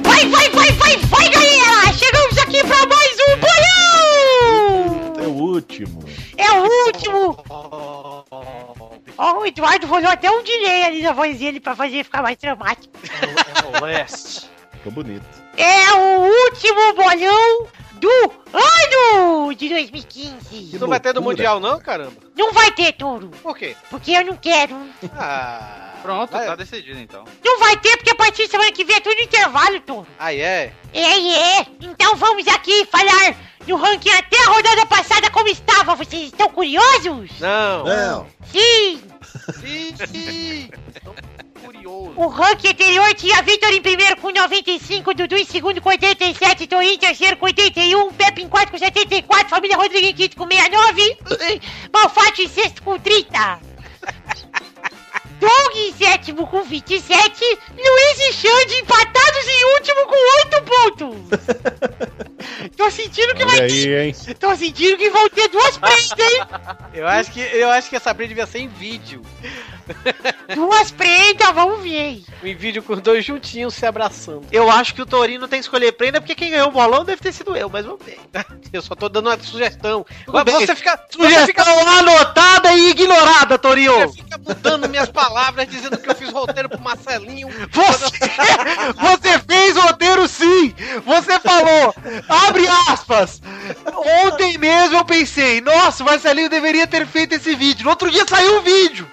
D: vai, vai, vai, vai, vai, galera! Chegamos aqui pra mais um bolão!
G: É o último.
D: É o último! Ó, o Eduardo rolou até um delay ali na voz dele pra fazer ficar mais dramático.
I: É o leste.
G: Ficou bonito.
D: É o último bolhão do do ano de 2015.
H: Não vai ter do Mundial, não, caramba?
D: Não vai ter touro,
H: Por quê?
D: porque eu não quero.
H: Ah,
I: Pronto,
H: vai-
I: tá decidido então.
D: Não vai ter, porque a partir de semana que vem é tudo intervalo, touro.
J: Ah,
H: Aí é.
D: É, é. Então vamos aqui falar do ranking até a rodada passada como estava. Vocês estão curiosos?
H: Não.
F: É.
K: Não.
D: Sim!
H: Ih, tô curioso.
D: O ranking anterior tinha Vitor em primeiro com 95, Dudu em segundo com 87, Torinho em terceiro com 81, Pepe em quarto com 74, Família Rodrigues em quinto com 69, Malfátio em sexto com 30. Doug em sétimo com 27, Luiz e Xande empatados em último com 8 pontos. Tô sentindo que vai
L: Olha
D: ter,
L: aí, hein?
D: tô sentindo que vão ter duas prendas, hein?
H: Eu acho que, eu acho que essa briga devia ser em vídeo.
D: Duas prendas, vamos ver. hein?
H: Um em vídeo com os dois juntinhos se abraçando.
B: Eu acho que o Torino tem que escolher prenda, porque quem ganhou o bolão deve ter sido eu, mas vamos ver.
H: Eu só tô dando uma sugestão.
B: bem.
H: Você fica, você fica,
B: Sugestão anotada e ignorada, Torino!
H: você fica mudando minhas palavras, dizendo que eu fiz roteiro pro Marcelinho.
B: Você, você fez roteiro sim! Você falou, abre aspas! Ontem mesmo eu pensei, nossa, o Marcelinho deveria ter feito esse vídeo. No outro dia saiu um vídeo!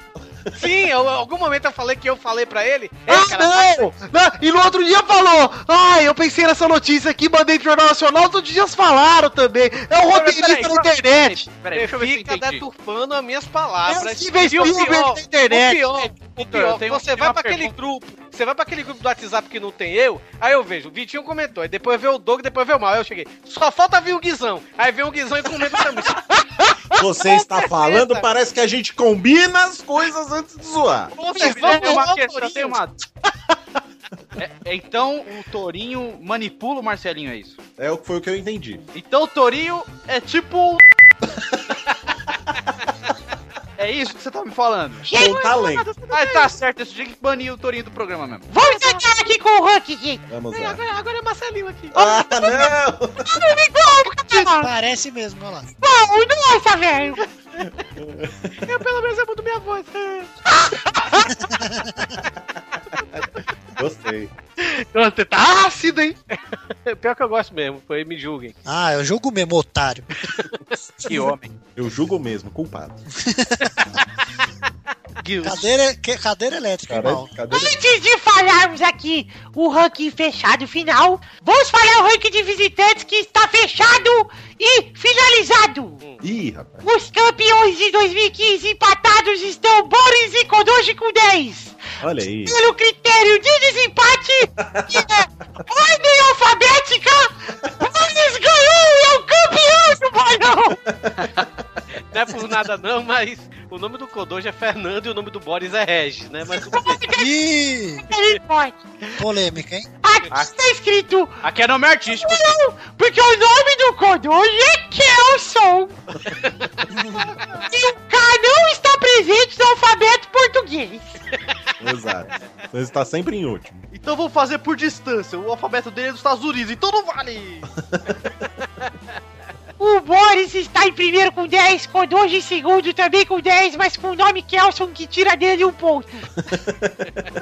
H: Sim, eu, algum momento eu falei que eu falei pra ele. "Ei,
B: Ah,
H: cara,
B: não! Né? E no outro dia falou, ai, eu pensei nessa notícia aqui, mandei pro Jornal Nacional, outros dias falaram também. É o roteirista da internet!
I: Peraí, deixa eu ver se eu
H: fica
I: entendi.
H: deturpando as minhas
B: É o
H: palavras.
B: Steven
H: E o
B: Spielberg da
H: pior, o
B: internet!
H: pior, o pior,
I: Eu tenho-
H: você
I: tenho
H: vai
I: uma
H: pra aquele
I: pergunta.
H: grupo, você vai pra aquele grupo do WhatsApp que não tem eu, aí eu vejo, o Vitinho comentou, aí depois vê o Doug, depois vê o Mal, aí eu cheguei, só falta vir o Guizão, aí vem o Guizão e comenta também.
G: Você está falando, parece que a gente combina as coisas antes de zoar.
I: Vocês
H: vão
I: vão ter uma
H: rolar o
I: questão, eu
H: Torinho.
I: tenho uma. É, então o Torinho manipula o Marcelinho, é isso?
G: É o que foi o que eu entendi.
I: Então o Torinho é tipo. é isso que você tá me falando.
G: Com um talento.
I: Ah, tá certo, esse dia que baniu o Torinho do programa mesmo.
D: Vamos tentar aqui com o ranking, gente.
G: Vamos
H: Ei,
G: lá.
H: agora, agora é Marcelinho aqui.
G: Ah, não!
F: Parece mesmo, olha lá.
D: Bom, nossa, velho.
H: Eu pelo menos eu mudo minha voz.
G: Gostei.
I: Ah,
H: Você tá ácido, hein? Pior que eu gosto mesmo, foi me julguem.
F: Ah, eu jogo mesmo, otário.
I: Que homem.
G: Eu julgo mesmo, culpado.
F: Cadeira, que- cadeira elétrica, irmão.
G: Caralho, cadê?
D: Antes de falarmos aqui o ranking fechado final, vamos falar o ranking de visitantes que está fechado e finalizado.
G: Ih, rapaz.
D: Os campeões de 2015 empatados estão Boris e Kodoshi com 10.
L: Olha aí.
D: Pelo critério de desempate, que é ordem alfabética, Boris ganhou e é o campeão do bolão.
H: Não é por nada não, mas o nome do Kodoji é Fernando e o nome do Boris é Regis, né? Mas
F: Ih,
D: Ele pode.
F: polêmica, hein?
D: Aqui está escrito
I: Aqui é nome artístico.
D: Não, porque o nome do Kodoji é Kelson. e o K não está presente no alfabeto português.
G: Exato. Você está sempre em último.
I: Então vou fazer por distância. O alfabeto dele é dos Estados Unidos, então não vale.
D: O Boris está em primeiro com 10, Kodoji em segundo também com 10, mas com o nome Kelson que tira dele um ponto.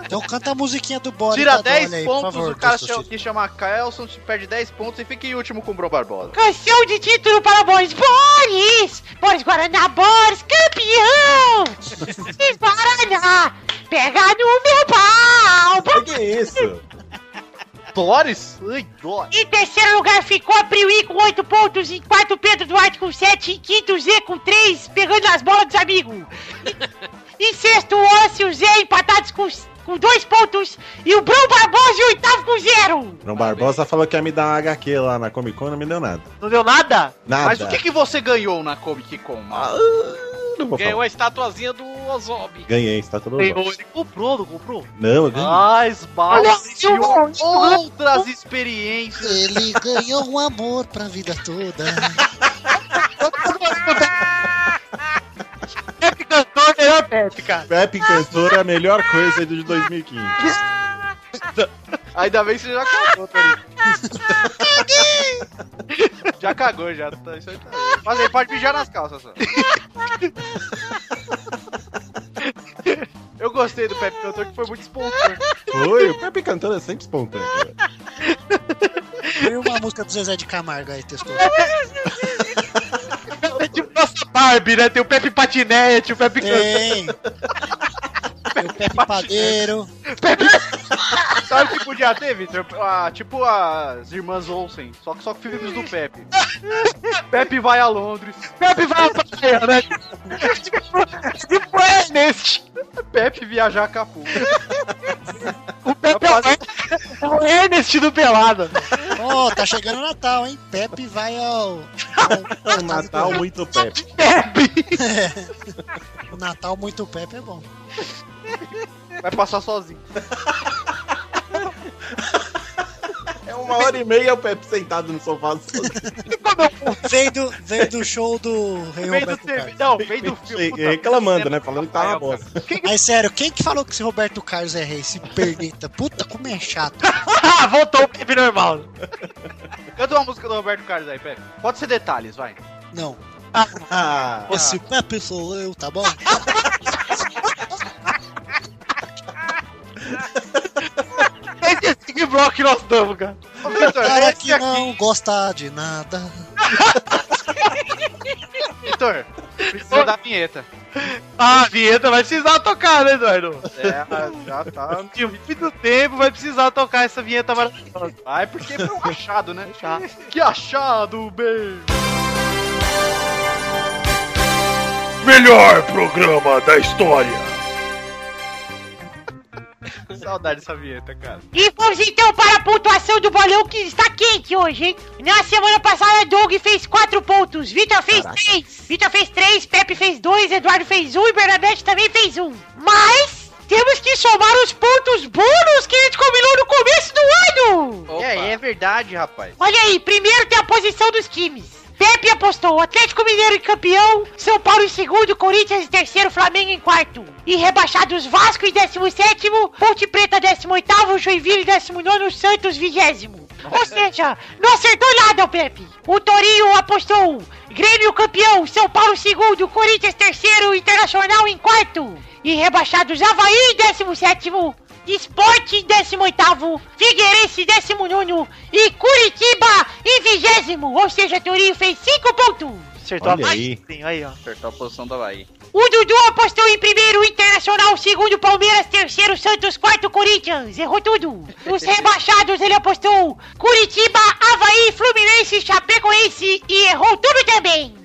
F: Então canta a musiquinha do Boris.
I: Tira
F: da Dolly
I: 10
F: aí, por
I: pontos,
F: favor,
I: o cara
F: Testosterone.
I: que chama Kelson se perde 10 pontos e fica em último com o Bron Barbosa.
D: Canção de título para Boris. Boris! Boris Guaraná, Boris, campeão! E Guaraná, pega no meu pau!
G: O que é isso?
I: Boris? Ai, Boris.
D: Em terceiro lugar ficou a Priui com 8 pontos, em quarto Pedro Duarte com 7, em quinto Z com 3, pegando as bolas dos amigos. em sexto o Anse e o Zé empatados com, com 2 pontos, e o Bruno Barbosa em oitavo com 0.
G: João Barbosa falou que ia me dar uma HQ lá na Comic Con, não me deu nada.
B: Não deu nada?
G: Nada.
I: Mas o que, que você ganhou na Comic Con,
G: Ah,
I: Mal?
G: não vou
F: Tá
H: ganhou
G: falar.
H: a estatuazinha do Ozob.
G: Ganhei, está
B: Ah,
G: todo mundo.
B: Ele comprou, não comprou?
G: Não, eu ganhei.
I: Mas, Mal,
D: Olha,
I: sentiu
D: eu vou-
I: outras experiências.
F: Ele ganhou um amor pra vida toda.
B: Pepe cantor, melhor Pepe, cara.
G: Pepe cantor é a melhor coisa de 2015.
I: Ainda bem que você já cagou, Torinho. já cagou, já. Tá, isso aí tá. Mas aí pode mijar nas calças só. Eu gostei do Pepe Cantor, que foi muito espontâneo.
G: Foi, o Pepe cantor é sempre espontâneo. velho.
F: Põe uma música do Zezé de Camargo aí, testou.
H: É tipo nossa Barbie, né? Tem o Pepe
J: É,
H: Patinete, o
J: tipo,
H: Pepe
F: Tem. o Pepe Padeiro.
I: Sabe o que podia ter, Victor? Ah, tipo as irmãs Olsen, só que só com filmes do Pepe. Pepe vai a Londres.
H: Pepe vai à praia, né? Tipo é nesse.
I: Pepe viajar a Capu.
H: O Pepe é o- é o Ernest do Pelada.
F: Ó, tá chegando o Natal, hein? Pepe vai ao.
G: um Natal muito Pepe.
F: o Natal muito Pepe é bom.
I: Vai passar sozinho.
M: É uma hora e meia o Pepe sentado no sofá.
F: Veio do, veio do show do Rei
I: Veio do
F: Roberto
I: TV,
F: Carlos.
I: não, veio do filme.
H: tá
I: puta,
G: Reclamando, né? Falando que tá uma bosta.
F: Mas sério, quem que falou que esse Roberto Carlos é rei? Esse perneta. Puta, como é chato.
H: Ah, voltou o Pepe normal.
F: né?
I: Canta uma música do Roberto Carlos aí, Pepe. Pode ser detalhes, vai.
F: Não.
M: Ah,
F: Esse Pepe sou eu, tá bom?
H: Esse é esse bloco que nós damos, cara.
I: Ô, Victor,
F: Cara
I: esse
F: que não gosta de nada.
I: Vitor, precisa da vinheta.
H: Ah, a vinheta vai precisar tocar, né, Eduardo?
I: É, já tá.
H: De muito tempo vai precisar tocar essa vinheta maravilhosa.
I: Vai, porque foi um achado, né? Que achado, bem!
A: Melhor programa da história.
I: Saudade dessa vinheta, cara.
D: E vamos então para a pontuação do bolão que está quente hoje, hein? Na semana passada, Doug fez 4 pontos, Vitor fez 3, Vitor fez 3, Pepe fez 2, Eduardo fez 1 um, e Bernadette também fez 1. Um. Mas temos que somar os pontos bônus que a gente combinou no começo do ano!
J: É, é verdade, rapaz.
D: Olha aí, primeiro tem a posição dos times. Pepe apostou Atlético Mineiro em campeão, São Paulo em segundo, Corinthians em terceiro, Flamengo em quarto. E rebaixados Vasco em décimo sétimo, Ponte Preta décimo oitavo, Joinville décimo nono, Santos vigésimo. Ou seja, não acertou nada o Pepe. O Torinho apostou Grêmio campeão, São Paulo em segundo, Corinthians terceiro, Internacional em quarto. E rebaixados Havaí em décimo sétimo, Esporte em 18, Figueirense em 19 e Curitiba em 20. Ou seja, Turinho fez 5 pontos.
H: Acertou
G: Olha
H: a
G: aí.
H: mais. Tem, aí, ó.
I: Apertar a posição da Bahia.
D: O Dudu apostou em primeiro Internacional, segundo Palmeiras, terceiro Santos, quarto Corinthians. Errou tudo. Os rebaixados ele apostou Curitiba, Havaí, Fluminense, Chapecoense e errou tudo também.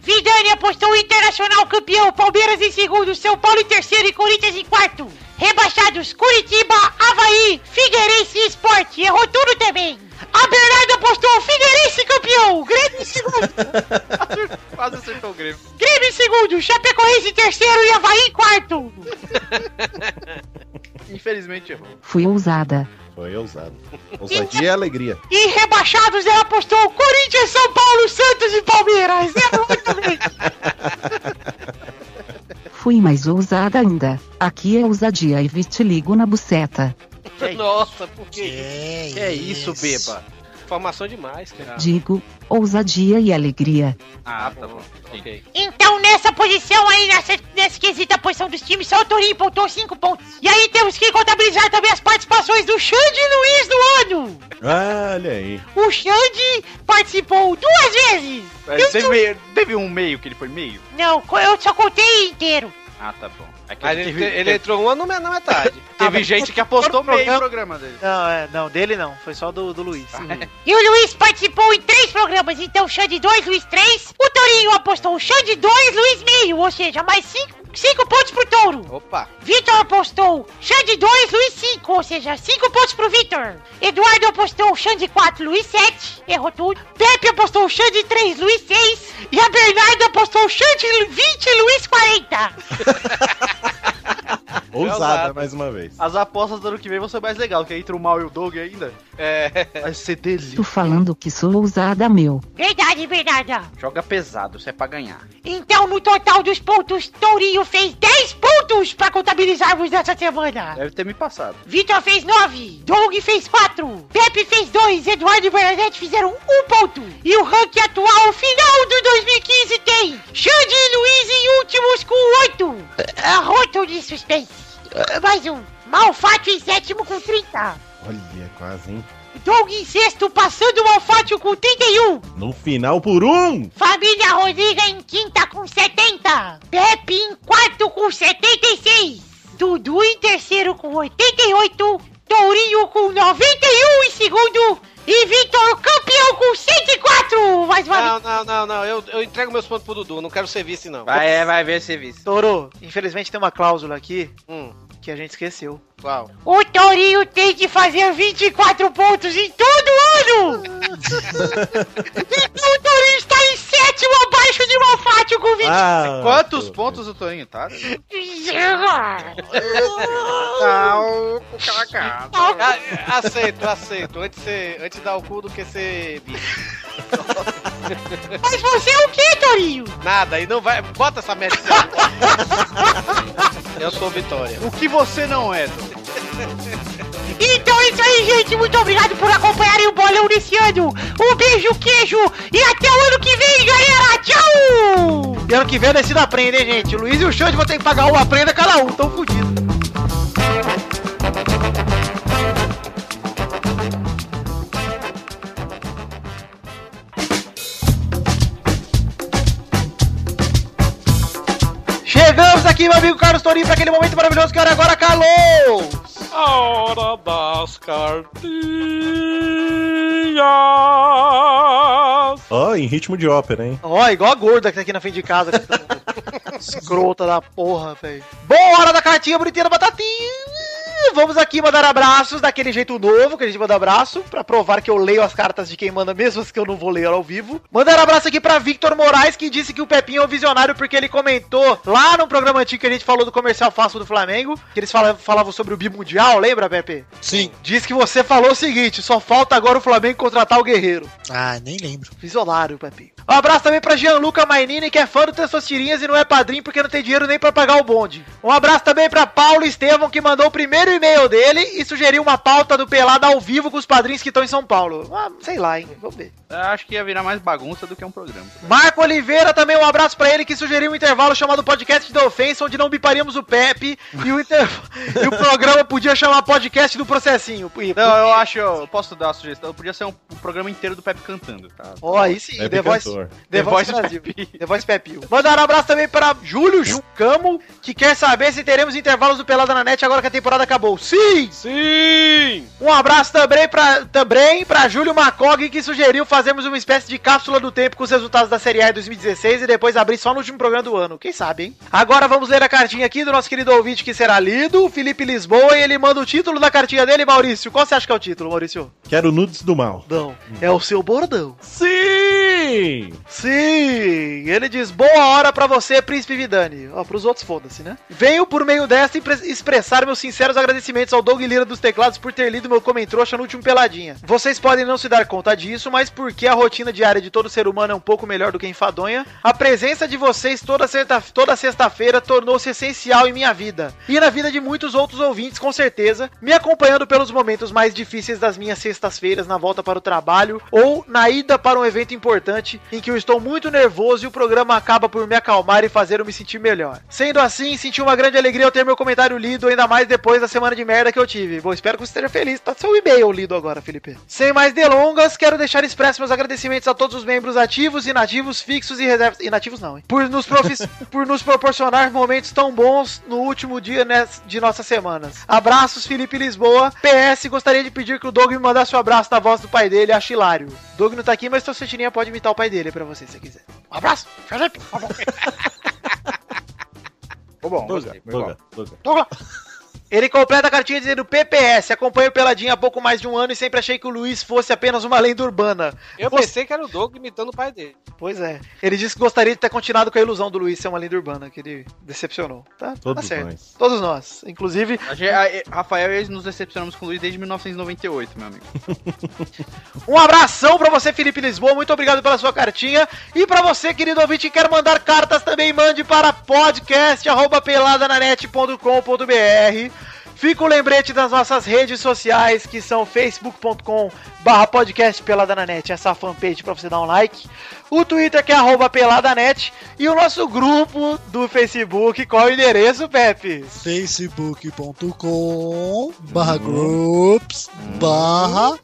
D: Vidani apostou Internacional campeão, Palmeiras em segundo, São Paulo em terceiro e Corinthians em quarto. Rebaixados Curitiba, Havaí, Figueirense e Sport. Errou tudo também. A Bernardo apostou Figueirense campeão, Grêmio em segundo.
I: Quase acertou o Grêmio.
D: Grêmio em segundo, Chapecoense em terceiro e Havaí em quarto.
I: Infelizmente errou.
E: Fui ousada.
G: Foi ousado. Ousadia é alegria.
D: E rebaixados ela apostou Corinthians, São Paulo, Santos e Palmeiras. É Errou também.
E: Fui mais ousada ainda. Aqui é ousadia e vitiligo na buceta.
J: Nossa, por que
F: É,
J: Que isso, beba? Informação demais, cara.
E: Digo, ousadia e alegria.
I: Ah, tá bom.
J: Ok.
D: Então, nessa posição aí, nessa, nesse quesito da posição dos times, só o Torinho pontuou 5 pontos. E aí temos que contabilizar também as participações do Xande Luiz no ano.
G: Olha aí.
D: O Xande participou duas vezes.
I: Mas Teve, teve um meio que ele foi meio?
D: Não, co- eu só contei inteiro.
I: Ah, tá bom. É que
J: Mas ele, te- ele entrou uma no me- na metade. Ah,
I: teve gente que apostou
H: Todo
I: meio no programa
H: programa-
I: dele.
H: Não, é, não, dele não. Foi só do, do Luiz.
D: E o Luiz participou em três programas, então Xande 2, Luiz 3. O Torinho apostou Xande 2, Luiz meio, ou seja, mais 5 pontos pro Touro.
J: Opa.
D: Vitor apostou Xande 2, Luiz 5, ou seja, 5 pontos pro Vitor. Eduardo apostou Xande 4, Luiz 7, errou tudo. Pepe apostou Xande 3, Luiz 6. E a Bernardo apostou Xande 20, Luiz 40.
G: Ousada mais uma vez.
I: As apostas do ano que vem vão ser mais legal, que é entre o Mal e o Doug ainda.
J: É.
I: Vai ser delícia.
E: Tu falando que sou ousada, meu.
D: Verdade, Bernarda.
I: Joga pesado, isso é pra ganhar.
D: Então, no total dos pontos, Tourinho fez 10 pontos pra contabilizarmos nessa semana.
I: Deve ter me passado.
D: Vitor fez 9, Doug fez 4, Pepe fez 2, Eduardo e Bernadette fizeram 1 um ponto. E o ranking atual final do 2015 tem Xande e Luiz em últimos com 8. Arroto de É, suspense. Ah, Mais um. Malfato em sétimo com 30.
G: Olha, quase, hein?
D: Doug Incesto passando o Alfátio com 31.
G: No final por um!
D: Família Rodriga em quinta com 70. Pepe em quarto com 76. Dudu em terceiro com 88. Tourinho com 91 em segundo. E Vitor campeão com 104. Mais uma
J: Não,
H: Ah.
J: não, não, não. Eu, eu entrego meus pontos pro Dudu. Não quero ser vice, não.
H: Vai, é, vai ver serviço. Toro, infelizmente tem uma cláusula aqui que a gente esqueceu.
J: Qual?
D: O Tourinho tem que fazer 24 pontos em todo ano! então o Tourinho está em sétimo abaixo de Malfátio com 20.
I: Ah, Quantos pontos o Toninho tá?
J: Não, Ah, aceito, aceito. Antes, de ser- antes de dar o cu do que ser bicho.
D: Mas você é o quê, Torinho?
J: Nada, e não vai. Bota essa merda. Eu sou Vitória.
I: O que você não é, Tom?
D: Então é isso aí, gente. Muito obrigado por acompanharem o bolão desse ano. Um beijo, queijo e até o ano que vem, galera. Tchau!
H: E ano que vem decida a prenda, hein, gente? O Luiz e o Xande vão ter que pagar uma prenda cada um, tão fudido. Chegamos aqui, meu amigo Carlos Torinho, para aquele momento maravilhoso que era agora calou!
N: A hora das cartinhas.
G: Ó, em ritmo de ópera, hein?
H: Ó, igual a gorda que tá aqui na frente de casa. cantando. Escrota da porra, velho. Bom, hora da Tá cartinha bonitinha da batatinha. Vamos aqui mandar abraços daquele jeito novo que a gente manda abraço, pra provar que eu leio as cartas de quem manda, mesmo as que eu não vou ler ao vivo. Mandar abraço aqui pra Victor Moraes, que disse que o Pepinho é um visionário porque ele comentou lá no programa antigo que a gente falou do comercial fácil do Flamengo, que eles falavam, falavam sobre o bimundial, lembra, Pepe?
F: Sim.
H: Diz que você falou o seguinte: só falta agora o Flamengo contratar o Guerreiro.
F: Ah, nem lembro.
H: Visionário, Pepe. Um abraço também pra Gianluca Mainini, que é fã do Testostirinhas e não é padrinho porque não tem dinheiro nem pra pagar o bonde. Um abraço também pra Paulo Estevão, que mandou o primeiro e-mail dele e sugeriu uma pauta do Pelada ao vivo com os padrinhos que estão em São Paulo. Ah, sei lá, hein? Vamos ver.
I: Acho que ia virar mais bagunça do que um programa.
H: Marco Oliveira também, um abraço pra ele que sugeriu um intervalo chamado Podcast da Ofensa, onde não biparíamos o Pepe e o, inter- e o programa podia chamar Podcast do Processinho.
I: Não, eu acho, eu posso dar uma sugestão. Podia ser um, um programa inteiro do Pepe cantando, tá?
H: Ó, aí sim,
I: Pepe
H: The Voice,
I: cantor.
H: The Voice Brasil. The Voice Pepinho. Mandar um abraço também para Júlio Jucamo, que quer saber se teremos intervalos do Pelada na Net agora que a temporada acabou. Sim!
N: Sim!
H: Um abraço também para também pra Júlio Macog, que sugeriu fazermos uma espécie de cápsula do tempo com os resultados da Série A em 2016 e depois abrir só no último programa do ano. Quem sabe, hein? Agora vamos ler a cartinha aqui do nosso querido ouvinte que será lido, o Felipe Lisboa, e ele manda o título da cartinha dele, Maurício. Qual você acha que é o título, Maurício?
G: Quero nudes do mal.
H: Não, é o seu bordão.
G: Sim!
H: Sim! Ele diz boa hora pra você, Príncipe Vidani. Ó, pros outros foda-se, né? Venho por meio desta impre- expressar meus sinceros agradecimentos ao Doug Lira dos Teclados por ter lido meu comentrouxa no último Peladinha. Vocês podem não se dar conta disso, mas porque a rotina diária de todo ser humano é um pouco melhor do que enfadonha, a presença de vocês toda sexta- toda sexta-feira tornou-se essencial em minha vida. E na vida de muitos outros ouvintes, com certeza, me acompanhando pelos momentos mais difíceis das minhas sextas-feiras na volta para o trabalho ou na ida para um evento importante em que eu estou muito nervoso e o programa acaba por me acalmar e fazer eu me sentir melhor. Sendo assim, senti uma grande alegria ao ter meu comentário lido, ainda mais depois da semana de merda que eu tive. Bom, espero que você esteja feliz. Tá seu e-mail lido agora, Felipe. Sem mais delongas, quero deixar expresso meus agradecimentos a todos os membros ativos, inativos, fixos e reservas. Inativos não, hein? Por nos, profi- por nos proporcionar momentos tão bons no último dia nes- de nossas semanas. Abraços, Felipe Lisboa. PS, gostaria de pedir que o Doug me mandasse um abraço da voz do pai dele, acho hilário. Doug não tá aqui, mas seu sutirinha pode imitar o pai dele pra você, se você quiser. Um abraço, Felipe.
I: Ficou bom,
G: Toga, toga, toga.
H: Douglas. Ele completa a cartinha dizendo PPS, acompanho o Peladinha há pouco mais de um ano e sempre achei que o Luiz fosse apenas uma lenda urbana.
J: Eu
H: Você-
J: pensei que era o Doug imitando o pai dele.
H: Pois é. Ele disse que gostaria de ter continuado com a ilusão do Luiz ser uma lenda urbana, que ele decepcionou. Tá,
I: Todos
H: tá certo.
I: nós.
H: Todos nós. Inclusive.
I: A gente- a- e- Rafael e eles nos decepcionamos com o Luiz desde 1998, meu amigo.
H: Um abração pra você, Felipe Lisboa. Muito obrigado pela sua cartinha. E pra você, querido ouvinte, que quer mandar cartas também, mande para podcast@peladananet.com.br. Fica o lembrete das nossas redes sociais, que são facebook.com barra podcast Pelada na Net, essa fanpage pra você dar um like. O Twitter que é arroba peladanet e o nosso grupo do Facebook, qual é o endereço, Pepe?
F: facebook.com barra groups barra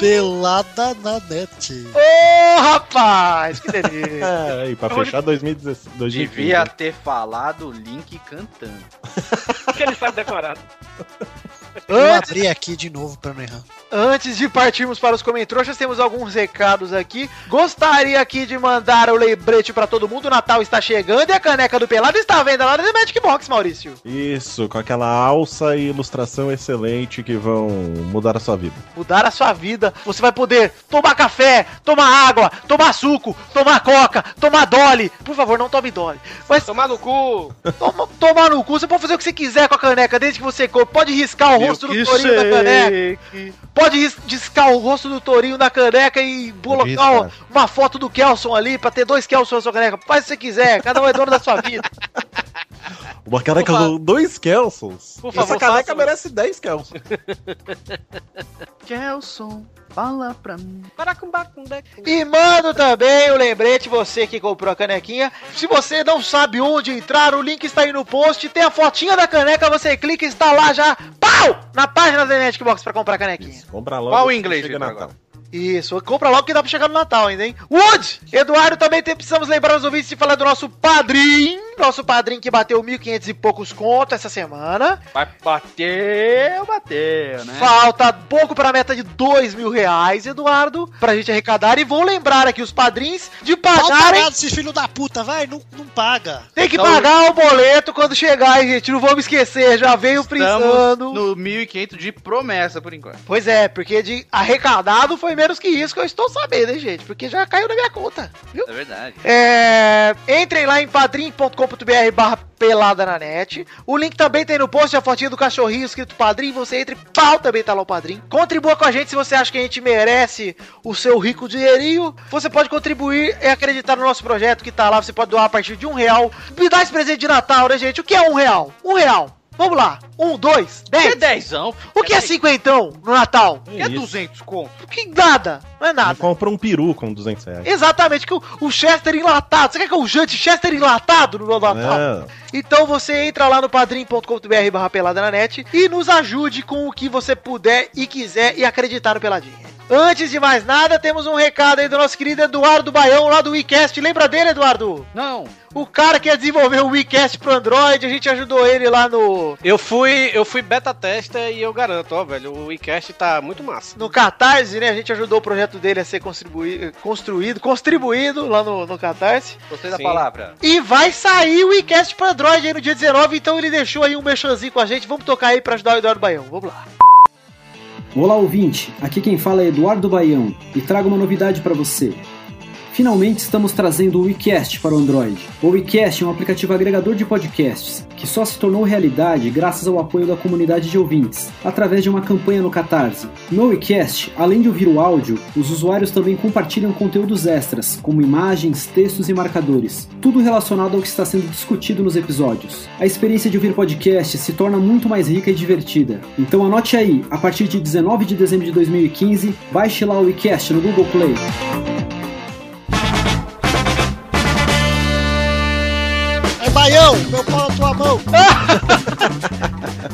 F: pelada na net.
H: Ô, rapaz, que delícia.
G: É, e pra fechar 2016. 2015.
I: Devia ter falado o Link cantando.
N: que ele sabe decorado.
F: Eu abri aqui de novo pra não errar.
H: Antes de partirmos para os comentroxas, temos alguns recados aqui. Gostaria aqui de mandar o lembrete pra todo mundo. O Natal está chegando e a caneca do Pelado está à venda lá no The Magic Box, Maurício.
G: Isso, com aquela alça e ilustração excelente que vão mudar a sua vida.
H: Mudar a sua vida. Você vai poder tomar café, tomar água, tomar suco, tomar coca, tomar dolly. Por favor, não tome dolly. Mas
J: tomar no cu.
H: Toma, tomar no cu. Você pode fazer o que você quiser com a caneca, desde que você compre. Pode riscar o rosto do Torinho
M: é-
H: da caneca. Pode ris- riscar o rosto do Torinho na caneca e colocar
M: riscar.
H: uma foto do Kelson ali pra ter dois Kelson na sua caneca. Faz o que você quiser, cada um é dono da sua vida.
G: Uma caneca
H: Opa.
G: com dois Kelsons.
H: Por favor,
M: Essa caneca
H: faça-
M: merece 10 Kelson.
I: Kelson, fala pra mim.
H: E mando também o lembrete, você que comprou a canequinha. Se você não sabe onde entrar, o link está aí no post. Tem a fotinha da caneca, você clica e está lá já, pau! Na página da Magic Box pra comprar a canequinha.
G: Compra logo.
J: Qual o
G: que
J: inglês,
G: chega
J: Vitor,
G: Natal.
H: Isso, compra logo que dá pra chegar no Natal ainda, hein? Wood! Eduardo, também tem- precisamos lembrar os ouvintes de falar do nosso padrinho. Nosso padrinho que bateu 1.500 e poucos conto essa semana.
I: Vai bater, bateu, né?
H: Falta pouco pra meta de 2 mil reais, Eduardo, pra gente arrecadar. E vou lembrar aqui os padrinhos de
F: Pau
H: pagarem.
F: parado, Ah, esses filho da puta, vai, não, não paga.
H: Tem que
I: Então-
H: pagar o boleto quando chegar, hein, gente? Não vou me esquecer, já veio
I: Estamos
H: frisando.
I: no 1500 de promessa, por enquanto.
H: Pois é, porque de arrecadado foi menos que isso que eu estou sabendo, hein, gente? Porque já caiu na minha conta, viu?
I: É verdade.
H: É, entrem lá em padrim.com.br barra pelada na net. O link também tem no post, a fotinha do cachorrinho escrito padrim. Você entra e pau, também tá lá o padrim. Contribua com a gente se você acha que a gente merece o seu rico dinheirinho. Você pode contribuir e acreditar no nosso projeto que tá lá. Você pode doar a partir de um real. Me dá esse presente de Natal, né, gente? O que é um real? Um real. Vamos lá. Um, dois, dez.
I: É dezão.
H: O que é cinquentão no Natal?
I: É
G: isso.
I: 200 conto.
H: Que nada. Não é nada.
G: Compra um peru com 200 reais.
H: Exatamente, que o, o Chester enlatado. Você quer que eu jante Chester enlatado no meu Natal?
G: Não.
H: Então você entra lá no padrim.com.br barra pelada na net e nos ajude com o que você puder e quiser e acreditar no Peladinha. Antes de mais nada, temos um recado aí do nosso querido Eduardo Baião, lá do WeCast. Lembra dele, Eduardo?
I: Não.
H: O cara que ia desenvolver o WeCast pro Android, a gente ajudou ele lá no,
J: Eu fui, eu fui beta testa e eu garanto, ó, velho, o WeCast tá muito massa.
H: no Catarse, né? A gente ajudou o projeto dele a ser contribui- construído, contribuído lá no, no Catarse.
I: Gostei da
J: Sim.
I: palavra.
H: E vai sair o WeCast pro Android aí no dia 19, então ele deixou aí um mexanzinho com a gente. Vamos tocar aí pra ajudar o Eduardo Baião. Vamos lá.
O: Olá ouvinte, aqui quem fala é Eduardo Baião e trago uma novidade para você. Finalmente estamos trazendo o WeCast para o Android. O WeCast é um aplicativo agregador de podcasts que só se tornou realidade graças ao apoio da comunidade de ouvintes, através de uma campanha no Catarse. No WeCast, além de ouvir o áudio, os usuários também compartilham conteúdos extras, como imagens, textos e marcadores, tudo relacionado ao que está sendo discutido nos episódios. A experiência de ouvir podcasts se torna muito mais rica e divertida. Então anote aí, a partir de 19 de dezembro de 2015, baixe lá o WeCast no Google Play.
F: É Baião, meu pau na tua mão.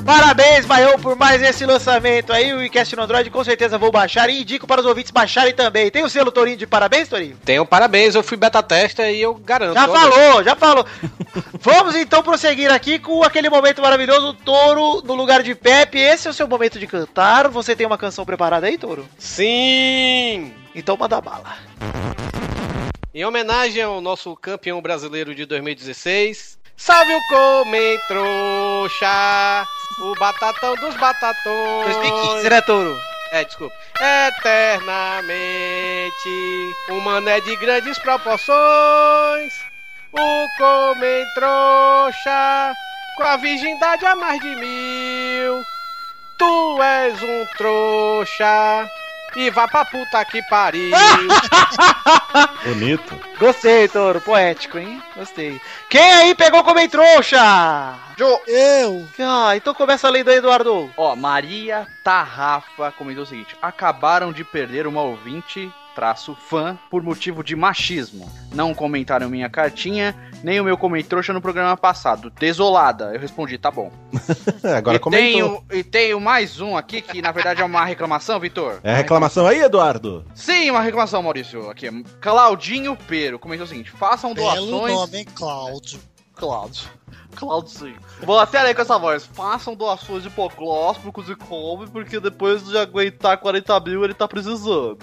H: Parabéns, Baião, por mais esse lançamento aí. O WeCast no Android com certeza vou baixar e indico para os ouvintes baixarem também. Tem o selo Torinho de parabéns, Torinho?
J: Tenham parabéns, eu fui beta testa e eu garanto.
H: Já
J: ó,
H: falou, já falou. Vamos então prosseguir aqui com aquele momento maravilhoso, Touro no lugar de Pepe. Esse é o seu momento de cantar. Você tem uma canção preparada aí, Touro?
J: Sim!
H: Então manda bala.
J: Em homenagem ao nosso campeão brasileiro de 2016, salve o Comentrouxa, o batatão dos batatões.
H: 2015, né, Touro?
J: É, desculpa. Eternamente, um mané de grandes proporções, o Comentrouxa, com a virgindade a mais de mil. Tu és um trouxa
P: E vá pra puta que pariu.
I: Ah!
G: Bonito.
B: Gostei, Toro. Poético, hein? Gostei. Quem aí pegou como em trouxa?
Q: Jo.
B: Eu. Ah, então começa a lei do Eduardo.
I: Ó, Maria Tarrafa comentou o seguinte: acabaram de perder uma ouvinte. Traço fã por motivo de machismo. Não comentaram minha cartinha, nem o meu comentrouxa no programa passado. Desolada. Eu respondi, tá bom.
G: Agora
I: e tenho,
G: comentou.
I: e tenho mais um aqui que na verdade é uma reclamação, Vitor.
G: É reclamação aí, Eduardo?
I: Sim, uma reclamação, Maurício. Aqui, Claudinho Pero comentou o seguinte: façam
F: Belo
I: doações.
F: nome, hein, Cláudio.
I: Cláudio. Claudinho. Vou até ler com essa voz. Façam doações de hipoglóspicos e come, porque depois de aguentar 40 mil ele tá precisando.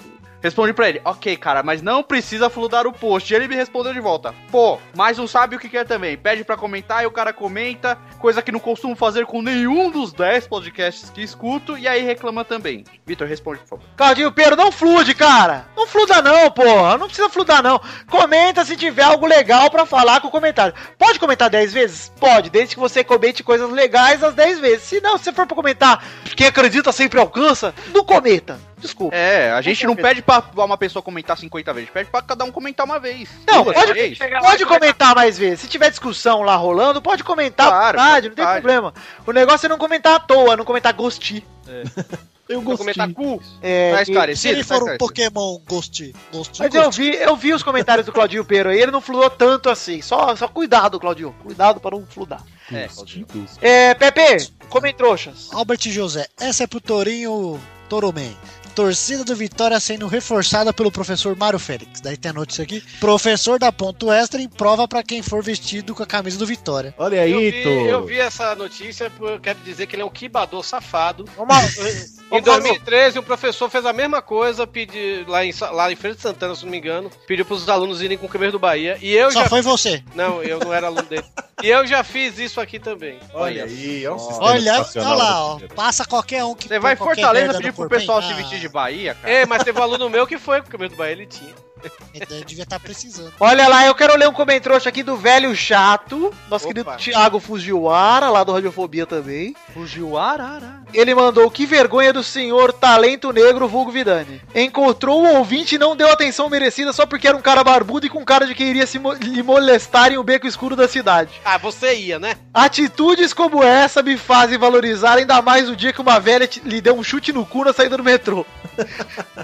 I: Respondi pra ele, ok, cara, mas não precisa fludar o post. E ele me respondeu de volta, pô, mas não sabe o que quer também. Pede pra comentar e o cara comenta, coisa que não costumo fazer com nenhum dos 10 podcasts que escuto, e aí reclama também. Vitor, responde, por favor.
B: Claudinho Pero, não flude, cara. Não fluda não, porra. Não precisa fludar não. Comenta se tiver algo legal pra falar com o comentário. Pode comentar 10 vezes? Pode, desde que você comente coisas legais as 10 vezes. Se não, se for pra comentar, quem acredita sempre alcança, não comenta. Desculpa.
I: É, a gente não pede pra uma pessoa comentar 50 vezes, pede pra cada um comentar uma vez.
B: Não,
I: duas
B: pode,
I: vezes.
B: pode comentar mais vezes. Se tiver discussão lá rolando, pode comentar à
I: Claro,
B: vontade,
I: à
B: não tem
I: vontade.
B: problema. O negócio é não comentar à toa, não comentar gosti.
G: Eu
B: gostei.
I: comentar cu.
B: É,
I: Tá
B: que-
I: esclarecido,
B: se ele
I: tá
B: for um
H: né,
I: esclarecido.
B: Pokémon Ghost. Ghost Mas eu vi, eu vi os comentários do Claudinho Pero aí, ele não fludou tanto assim. Só, só cuidado, Claudinho. Cuidado pra não fludar.
I: É,
B: É, Pepe, comem trouxas.
F: Albert José, essa é pro Torinho Toroman. Torcida do Vitória sendo reforçada pelo professor Mário Félix. Daí tem a notícia aqui. Professor da ponto extra em prova pra quem for vestido com a camisa do Vitória.
G: Olha
H: Eu vi, eu vi essa notícia, porque eu quero dizer que ele é um quibador safado. Em 2013, o professor fez a mesma coisa, pedi, lá, em, Sa- lá em Feira de Santana, se não me engano, pediu pros alunos irem com o Camisa do Bahia. E eu
F: Só
H: já. Tá
F: foi você.
H: Não, eu não era aluno dele. E eu já fiz isso aqui também. Olha, aí, é um
F: Olha, olha lá, ó. Passa qualquer um que
H: né? Você vai em
F: qualquer
H: Fortaleza
F: merda no
H: pedir pro
F: corpo, hein?
H: pessoal se
F: Ah,
I: vestir de Bahia, cara.
H: É, mas teve um aluno meu que foi, porque o meu do Bahia ele tinha.
F: então Eu devia estar precisando.
B: Olha lá, eu quero ler um comentrouxa aqui do velho chato, nosso querido Thiago Fujiwara, lá do Radiofobia também.
I: Fujiwara?
B: Ele mandou que vergonha do senhor talento negro vulgo Vidani. Encontrou o ouvinte e não deu atenção merecida só porque era um cara barbudo e com cara de que iria se mo- lhe molestar em um beco escuro da cidade.
H: Ah, você ia, né?
B: Atitudes como essa me fazem valorizar ainda mais o dia que uma velha te- lhe deu um chute no cu na saída do metrô.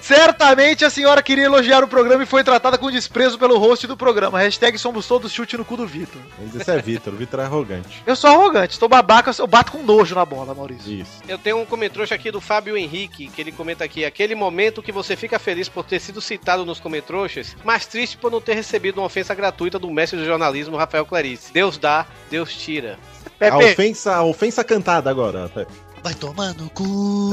B: Certamente a senhora queria elogiar o programa e foi tratada com desprezo pelo host do programa. Hashtag somos todos chute no cu do Vitor.
G: Mas esse é Vitor, o Vitor é arrogante.
B: Eu sou arrogante, sou babaca, eu bato com nojo na bola, Maurício.
G: Isso.
H: Eu tenho um comentrouxa aqui do Fábio Henrique, que ele comenta aqui: aquele momento que você fica feliz por ter sido citado nos comentrouxas, mas triste por não ter recebido uma ofensa gratuita do mestre do jornalismo Rafael Clarice. Deus dá, Deus tira.
Q: É,
B: Ah,
G: A ofensa, a ofensa cantada agora, Pepe.
F: Vai tomar no cu.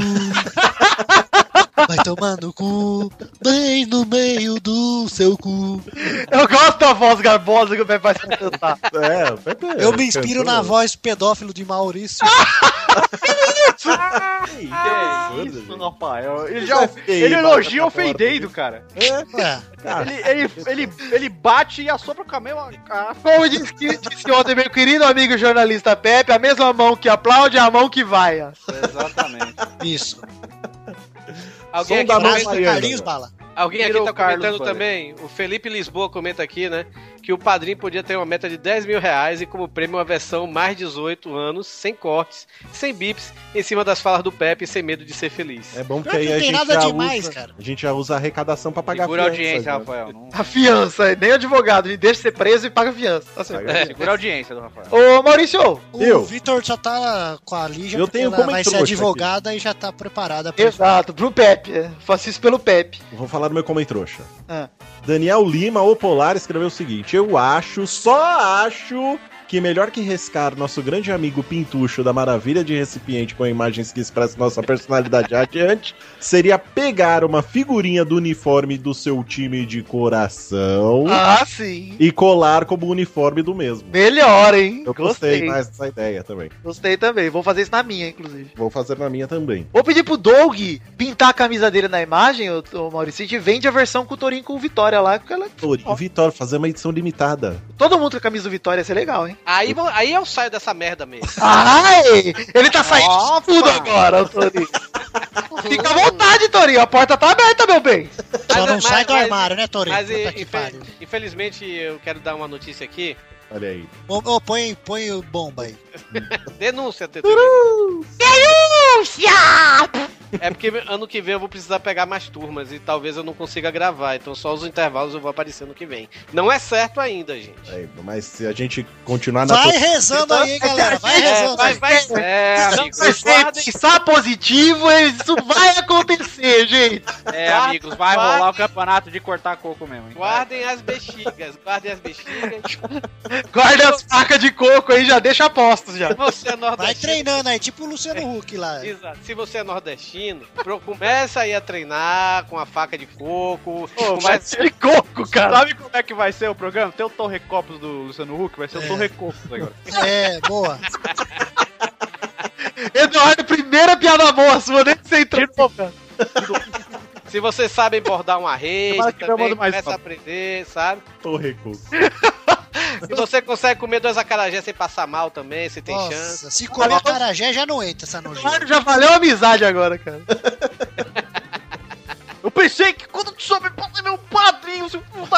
F: Vai tomar no cu. Bem no meio do seu cu.
B: Eu gosto da voz garbosa que o Pepe faz pra cantar.
G: É, o Pepe
F: Eu me inspiro na voz pedófilo de Maurício.
Q: Isso, Rafael. Ele,
F: Isso
Q: já,
F: é feio,
Q: ele
F: mano,
Q: elogia
F: tá
Q: ofendendo, cara.
F: cara.
Q: Ele, ele, ele, ele bate e assopra com a mesma cara.
B: Como disse, disse ontem é meu querido amigo jornalista Pepe, a mesma mão que aplaude é a mão que vaia.
Q: Exatamente.
F: Isso.
H: Alguém
B: Som da
H: aqui,
B: mão
H: comenta-
B: Tá Mariana. Carlinhos Bala.
H: Alguém aqui
Q: Virou
H: tá
Q: Carlos
H: comentando
Q: Bala.
H: também, o Felipe Lisboa comenta aqui, né? Que o padrinho podia ter uma meta de 10 mil reais e como prêmio uma versão mais 18 anos, sem cortes, sem bips, em cima das falas do Pepe, sem medo de ser feliz.
G: É bom porque
H: Pior
G: aí
H: que
G: a
H: não tem
G: gente,
H: nada
G: já
H: demais,
G: usa,
H: cara.
G: a gente já usa a arrecadação pra pagar
H: Segura a
G: fiança,
H: audiência,
G: né?
H: Rafael. não-
B: A fiança, nem advogado, me deixa ser preso e paga fiança. Tá certo.
I: É, segura a audiência do Rafael.
B: Ô Maurício!
F: O Vitor já tá com a Lígia,
B: Eu
F: porque
B: tenho
F: ela
B: como
F: vai ser
B: trouxa aqui.
F: advogada e já tá preparada pra
B: Exato, pro Pepe. é. Faço isso pelo Pepe.
G: Vou falar do meu como trouxa.
B: Ah.
G: Daniel Lima, o Polar, escreveu o seguinte: Eu acho, só acho, que melhor que riscar nosso grande amigo Pintucho da maravilha de recipiente com imagens que expressam nossa personalidade adiante, seria pegar uma figurinha do uniforme do seu time de coração
B: Ah, sim.
G: e colar como uniforme do mesmo.
B: Melhor, hein?
G: Eu gostei,
B: Gostei.
G: mais dessa ideia também.
B: Gostei também, vou fazer isso na minha, inclusive.
G: Vou fazer na minha também.
B: Vou pedir pro Doug pintar a camisa dele na imagem, ô, ô Maurício, e vende a versão com o Torinho com o Vitória lá, porque ela...
G: Tori, e Vitória, fazer uma edição limitada.
B: todo mundo com a camisa do Vitória ia ser legal, hein?
H: Aí, vo- aí eu saio dessa merda mesmo.
B: Ai! Ele tá saindo de tudo agora, Antônio. Fica à vontade, Torinho. A porta tá aberta, meu bem.
F: Só não sai do armário, né, Torinho?
H: é- Mas, é
F: Puta
H: e-
F: que
H: infe-
F: pariu.
H: infelizmente, eu quero dar uma notícia aqui.
G: Olha aí.
F: Ô, ô, põe, põe o bomba aí.
H: Denúncia, Tetê.
D: Denúncia!
H: É porque ano que vem eu vou precisar pegar mais turmas e talvez eu não consiga gravar. Então só os intervalos eu vou aparecer no que vem. Não é certo ainda, gente.
G: Aí, mas se a gente
B: Tá
G: continuar na.
F: Vai
G: to-
F: rezando aí, galera. Vai rezando.
H: É, vai, vai. É, amigo, guardem-
B: pensar positivo, isso vai acontecer, gente.
I: É, amigos, vai rolar o campeonato de cortar coco mesmo. hein?
H: um- Guardem as bexigas, guardem as bexigas.
B: Guarda as facas de coco aí, já deixa apostos já.
H: Você é
F: Vai
H: nordestino.
F: treinando aí, tipo o Luciano Huck lá.
H: Exato. Se você é nordestino, pro- começa aí a treinar com a faca de coco. com mais-
B: coco, cara.
I: Sabe como é que vai ser o programa? Tem o Torrecopos do Luciano Huck, vai ser o Torrecopos agora.
F: É, boa.
B: Eduardo, primeira piada boa sua, nem sei trocar.
H: Se você sabe bordar uma rede,
B: Tomara que eu
H: também
B: mando mais
H: começa a
B: foto.
H: aprender, sabe?
G: Torre Coco.
H: Se você consegue comer dois acarajés sem passar mal também, se tem
F: Nossa,
H: chance.
F: se comer carajé assim, já não entra essa nojeira.
B: Já valeu a amizade agora, cara.
I: Eu pensei que quando tu soube, pô, você é meu padrinho, seu puta.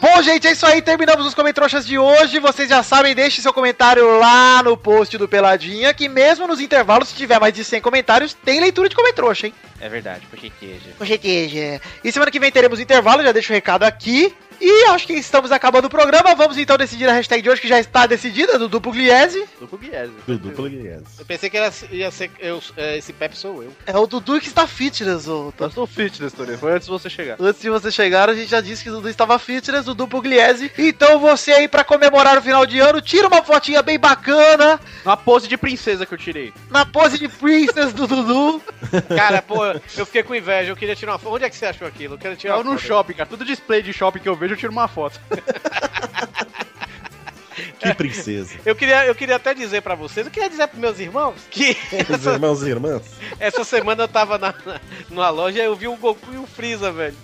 B: Bom, gente, é isso aí. Terminamos os comentroxas de hoje. Vocês já sabem, deixe seu comentário lá no post do Peladinha, que mesmo nos intervalos, se tiver mais de 100 comentários, tem leitura de comentroxa, hein?
I: É verdade, porque queijo.
B: Com certeza. E semana que vem teremos intervalo, já deixo o recado aqui. E acho que estamos acabando o programa. Vamos então decidir a hashtag de hoje, que já está decidida, do Duplo Gliese.
I: Duplo Guiese.
G: Do duplo Guinness.
H: Eu pensei que era, ia ser eu, é, esse Pepe sou eu.
B: É o Dudu que está fitness, ô.
I: Eu sou fitness, Tony. Foi antes de você chegar.
B: Antes de vocês chegarem, a gente já disse que o Dudu estava fitness, o Dudu Pugliese. Então você aí, pra comemorar o final de ano, tira uma fotinha bem bacana
I: Uma pose de princesa que eu tirei.
B: na pose de princess do Dudu.
H: Cara, pô, eu fiquei com inveja, eu queria tirar uma foto. Onde é que você achou aquilo? Eu quero tirar
I: Eu
H: uma
I: no
H: foto.
I: shopping, cara. Todo display de shopping que eu vejo, eu tiro uma foto.
G: Que princesa.
H: Eu queria, eu queria até dizer pra vocês, eu queria dizer pros meus irmãos que
G: Os irmãos e irmãs.
H: essa semana eu tava na, na- numa loja e eu vi o Goku e o Freeza, velho.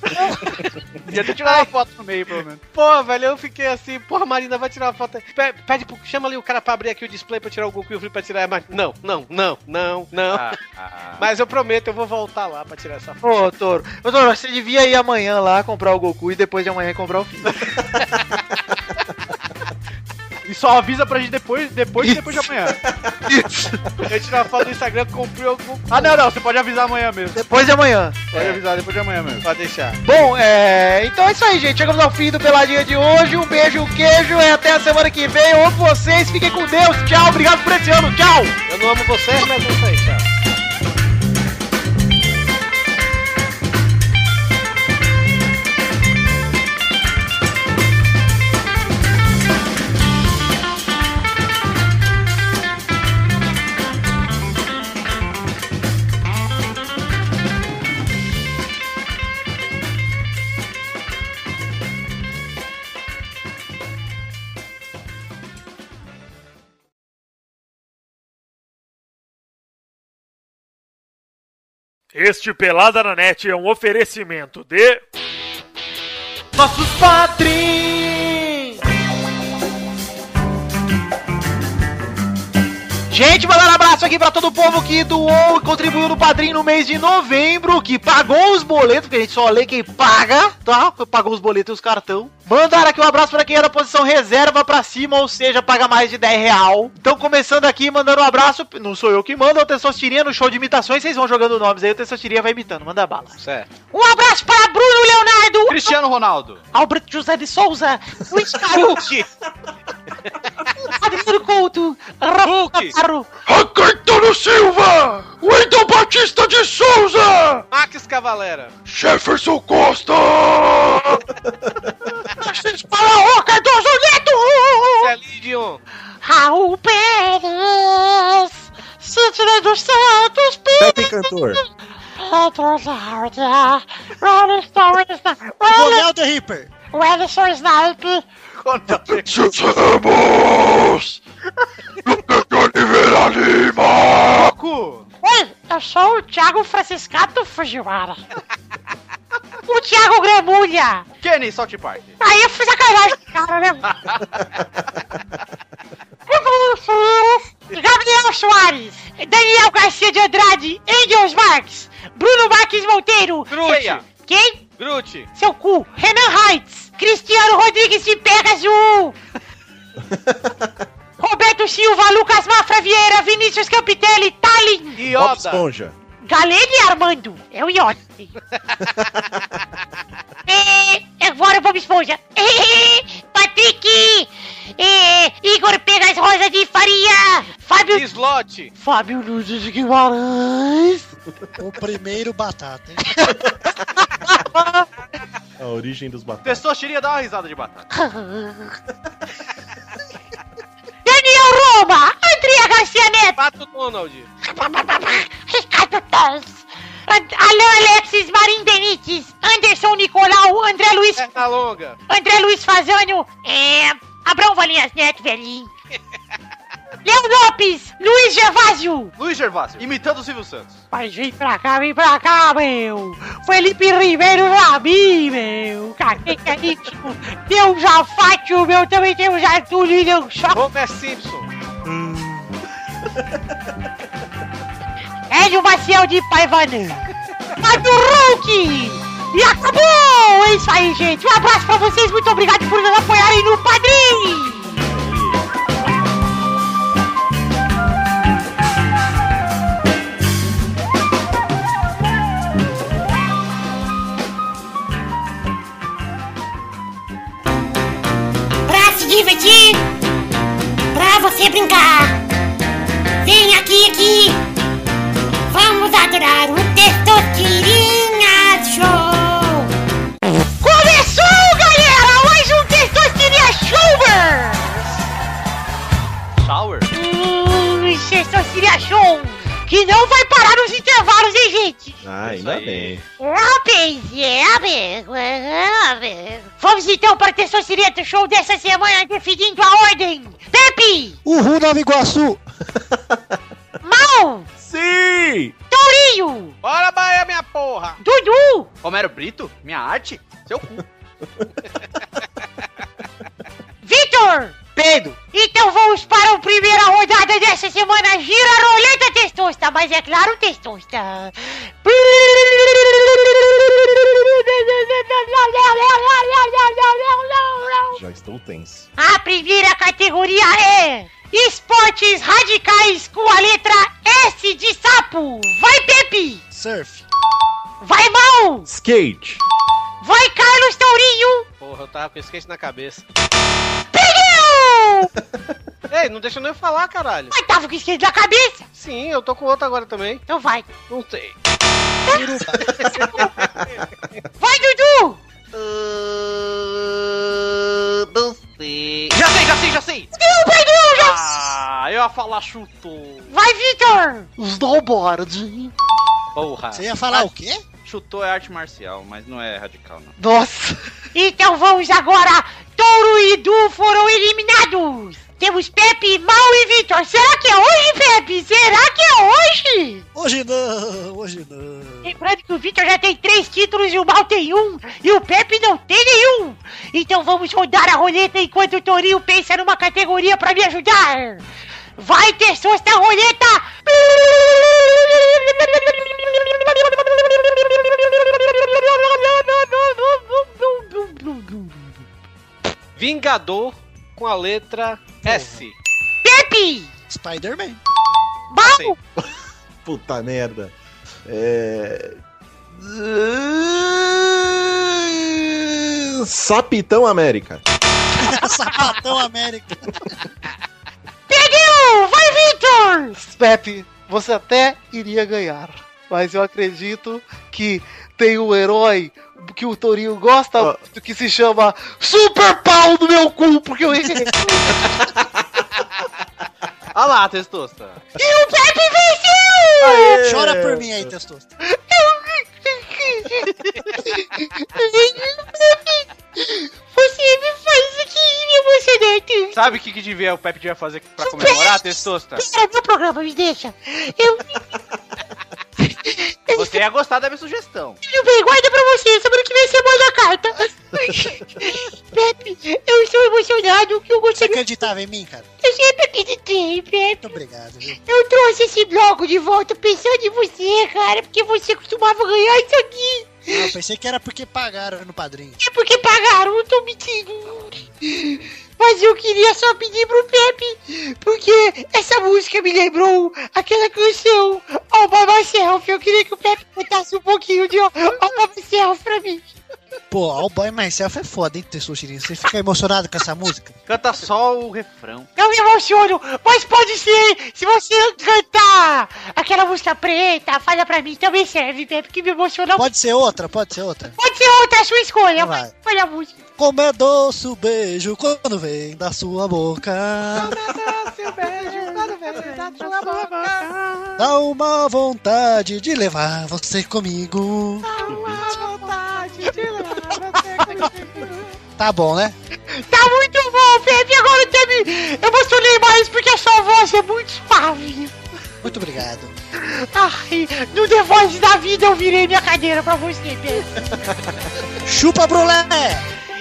I: Podia ter tirado uma foto no meio, pelo menos.
H: Pô, velho, eu fiquei assim, porra, Marina, vai tirar uma foto. aí. Pe- Pede, pro- chama ali o cara pra abrir aqui o display pra tirar o Goku e o Freeza pra tirar a Marina. Não, não, não, não, não.
I: Ah.
H: Mas eu prometo, eu vou voltar lá pra tirar essa foto.
B: Ô, Toro. Ô, Toro, você devia ir amanhã lá comprar o Goku e depois de amanhã comprar o Freeza.
I: E só avisa pra gente depois, depois e depois de amanhã.
H: Eu tirar a foto do Instagram, comprei o Goku.
I: Ah, não, não. Você pode avisar amanhã mesmo.
B: Depois de amanhã.
I: Pode avisar depois de amanhã mesmo.
H: Pode deixar.
B: Bom, é... então é isso aí, gente. Chegamos ao fim do Peladinha de hoje. Um beijo, um queijo e até a semana que vem. Eu amo vocês. Fiquem com Deus. Tchau. Obrigado por esse ano. Tchau.
H: Eu não amo vocês, mas é isso aí, tchau.
R: Este Pelada na Net é um oferecimento de.
B: Nossos padrinhos! Gente, mandando um abraço aqui pra todo o povo que doou e contribuiu no padrinho no mês de novembro, que pagou os boletos, porque a gente só lê quem paga, tá? Pagou os boletos e os cartão. Mandaram aqui um abraço pra quem era posição reserva pra cima, ou seja, paga mais de 10 real. Então, começando aqui, mandando um abraço. Não sou eu que mando, é o Testosterinha no show de imitações. Vocês vão jogando nomes aí, o Testosterinha vai imitando. Manda bala.
H: Certo.
D: Um abraço para Bruno Leonardo!
I: Cristiano Ronaldo.
D: Albert José de Souza, Luiz Carucci, Adriano Couto, Rafael Caparo,
S: Caetano Silva! Wendel Batista de Souza!
H: Max Cavalera.
S: Jefferson Costa!
D: Fala Roca do Neto,
H: Celine Dion.
D: Raul Pérez, Sidney dos Santos,
G: Pepe Cantor.
D: Petrosauda, Rolling Stones,
F: Ronaldo the Reaper.
D: o Ellison Snipe,
S: Ramos! Lucas de Oliveira Lima!
D: Oi, eu sou o Thiago Franciscato Fujiwara. O Thiago Gremulha.
I: Kenny Salt Park.
D: Aí eu fiz a caralho cara, né? Gabriel Soares, Daniel Garcia de Andrade, Engels Marques, Bruno Marques Monteiro.
N: Grute.
D: Quem?
N: Grute.
D: Seu cu. Renan Heitz, Cristiano Rodrigues de Pegasus. Roberto Silva, Lucas Mafra Vieira, Vinícius Campitelli, Tallin.
G: Bob Esponja.
D: Galene Armando. É o Iota. é, agora Bob Esponja. Patrick. É, Igor Pegas Rosa de Faria. Fábio.
N: Slot.
D: Fábio Nunes de Guimarães.
F: O primeiro batata, hein?
G: A origem dos batatas.
I: Testosteria dá uma risada de batata.
D: Daniel Roma. Andrea Garcia Neto.
N: Pato Donald.
D: Ricardo Tans. And- Alain Alexis Marim Benites. Anderson Nicolau. André Luiz.
N: Perna longa.
D: André Luiz Fazânio. É. Abrão Valinhas Neto, assim, é, velhinho. Léo Lopes. Luiz Gervásio.
I: Luiz Gervásio, imitando o Silvio Santos.
D: Mas vem pra cá, vem pra cá, meu! Felipe Ribeiro Rabi, meu! é Caqueca Nixon! Tem um Jafátio, meu! Também tem um Jatulho, tem um
N: Homer Simpson!
D: Hélio Maciel de Paivanã! Mas do Hulk! E acabou! É isso aí, gente! Um abraço pra vocês, muito obrigado por nos apoiarem no Padrim!
T: Pra se divertir, pra você brincar. Vem aqui, aqui. Vamos adorar o Testosterinha Show.
D: Começou, galera! Mais um Testosterinha Shower!
I: Shower?
D: Hum, Testosterinha Show! Que não vai parar nos intervalos, hein, gente?
G: Ah, ainda bem.
D: É, rapaz, é, amigo, é, amigo. Vamos então para o Testosterinha Show dessa semana, definindo a ordem. Pepe,
F: Uhul, Nova Iguaçu!
D: Mal,
G: Sim!
D: Tourinho,
N: Bora, Bahia, minha porra!
D: Dudu,
I: Romero Brito, minha arte, seu cu.
D: Vitor. Pedro. Então vamos para a primeira rodada dessa semana. Gira a roleta, Testosta, mas é claro, Testosta.
G: Já estou tenso.
D: A primeira categoria é Esportes Radicais com a letra S de sapo. Vai, Pepe!
F: Surf.
D: Vai, Mal!
G: Skate.
D: Vai, Carlos Tourinho!
N: Porra, eu tava com skate na cabeça.
D: Perdeu!
N: Ei, não deixa nem eu falar, caralho.
D: Mas tava com skate na cabeça?
N: Sim, eu tô com outro agora também.
D: Então vai.
N: Não sei.
D: Vai, Dudu!
I: não sei. Já sei, já sei, já sei!
D: Não, perdeu! Já...
I: Ah, eu ia falar chutou.
D: Vai, Vitor!
I: Snowboard. Porra.
F: Você ia falar o quê?
I: Chutou é arte marcial, mas não é radical, não.
D: Nossa! Então vamos agora! Touro e Du foram eliminados! Temos Pepe, Mal e Vitor! Será que é hoje, Pepe? Será que é hoje?
F: Hoje não, hoje não.
D: Lembrando que o Vitor já tem três títulos e o Mal tem um, e o Pepe não tem nenhum! Então vamos rodar a roleta enquanto o Torinho pensa numa categoria pra me ajudar! Vai ter susto da roleta!
N: Vingador com a letra S.
D: Pepe!
F: Spider-Man.
D: Mal!
G: Puta merda. É. Sapitão América.
F: Sapatão América.
D: Perdeu! Vai, Vitor!
H: Pepe, você até iria ganhar. Mas eu acredito que tem um herói que o Torinho gosta muito que se chama Super Pau do meu cu, porque eu errei.
I: Ah lá, testosta.
D: E o Pepe venceu!
F: Chora por mim aí, testoso.
D: Você me faz aqui emocionante.
I: Sabe o que, que devia, o Pepe devia fazer pra Tá. comemorar, testosta?
D: Espera, meu programa, me deixa. Eu...
I: tenha gostado da minha sugestão.
D: Tudo bem, guarda pra você. Semana que vem você manda a carta. Pepe, eu estou emocionado que eu
F: Você
D: gostaria...
F: acreditava em mim, cara?
D: Eu sempre acreditei, Pepe.
F: Obrigado, viu?
D: Eu trouxe esse bloco de volta pensando em você, cara, porque você costumava ganhar isso aqui.
F: Ah, eu pensei que era porque pagaram no padrinho.
D: É porque pagaram, eu tô mentindo. Mas eu queria só pedir pro Pepe, porque essa música me lembrou aquela canção All By Myself. Eu queria que o Pepe botasse um pouquinho de All By Myself pra mim.
F: Pô, All Boy Myself é foda, hein, Tessu Shirin? Você fica emocionado com essa música?
I: Canta só o refrão.
D: Eu me emociono, mas pode ser, se você cantar aquela música preta, fala pra mim, também serve, Pepe, que me emociona.
F: Pode ser outra, pode ser outra.
D: Pode ser outra, a sua escolha,
F: Vai.
D: mas escolha a música.
F: Como é doce o beijo quando vem da sua boca. Dá uma vontade de levar você comigo. Tá bom, né?
D: Tá muito bom, Pepe. Agora até me emocionei mais porque a sua voz é muito suave.
F: Muito obrigado.
D: Ai, no The Voice da vida eu virei minha cadeira pra você, Pepe.
F: Chupa, Brulé!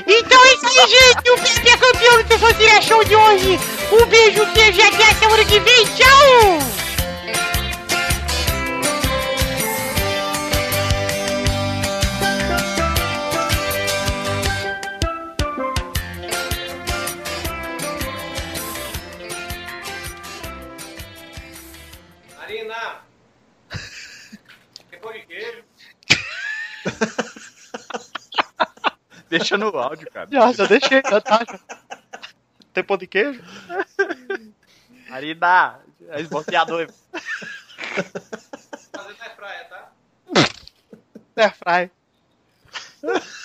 D: Então é isso aí, gente. O Pepe é campeão do Tessotiria Show de hoje. Um beijo, queijo e até a semana que vem. Tchau!
N: Marina! Tem pão de queijo?
I: Deixa no áudio, cara.
H: Já, já deixei, já tá. já. Tem pão de queijo?
I: Marina, esbocear noivo.
N: Fazendo na praia, tá?
H: É, fry.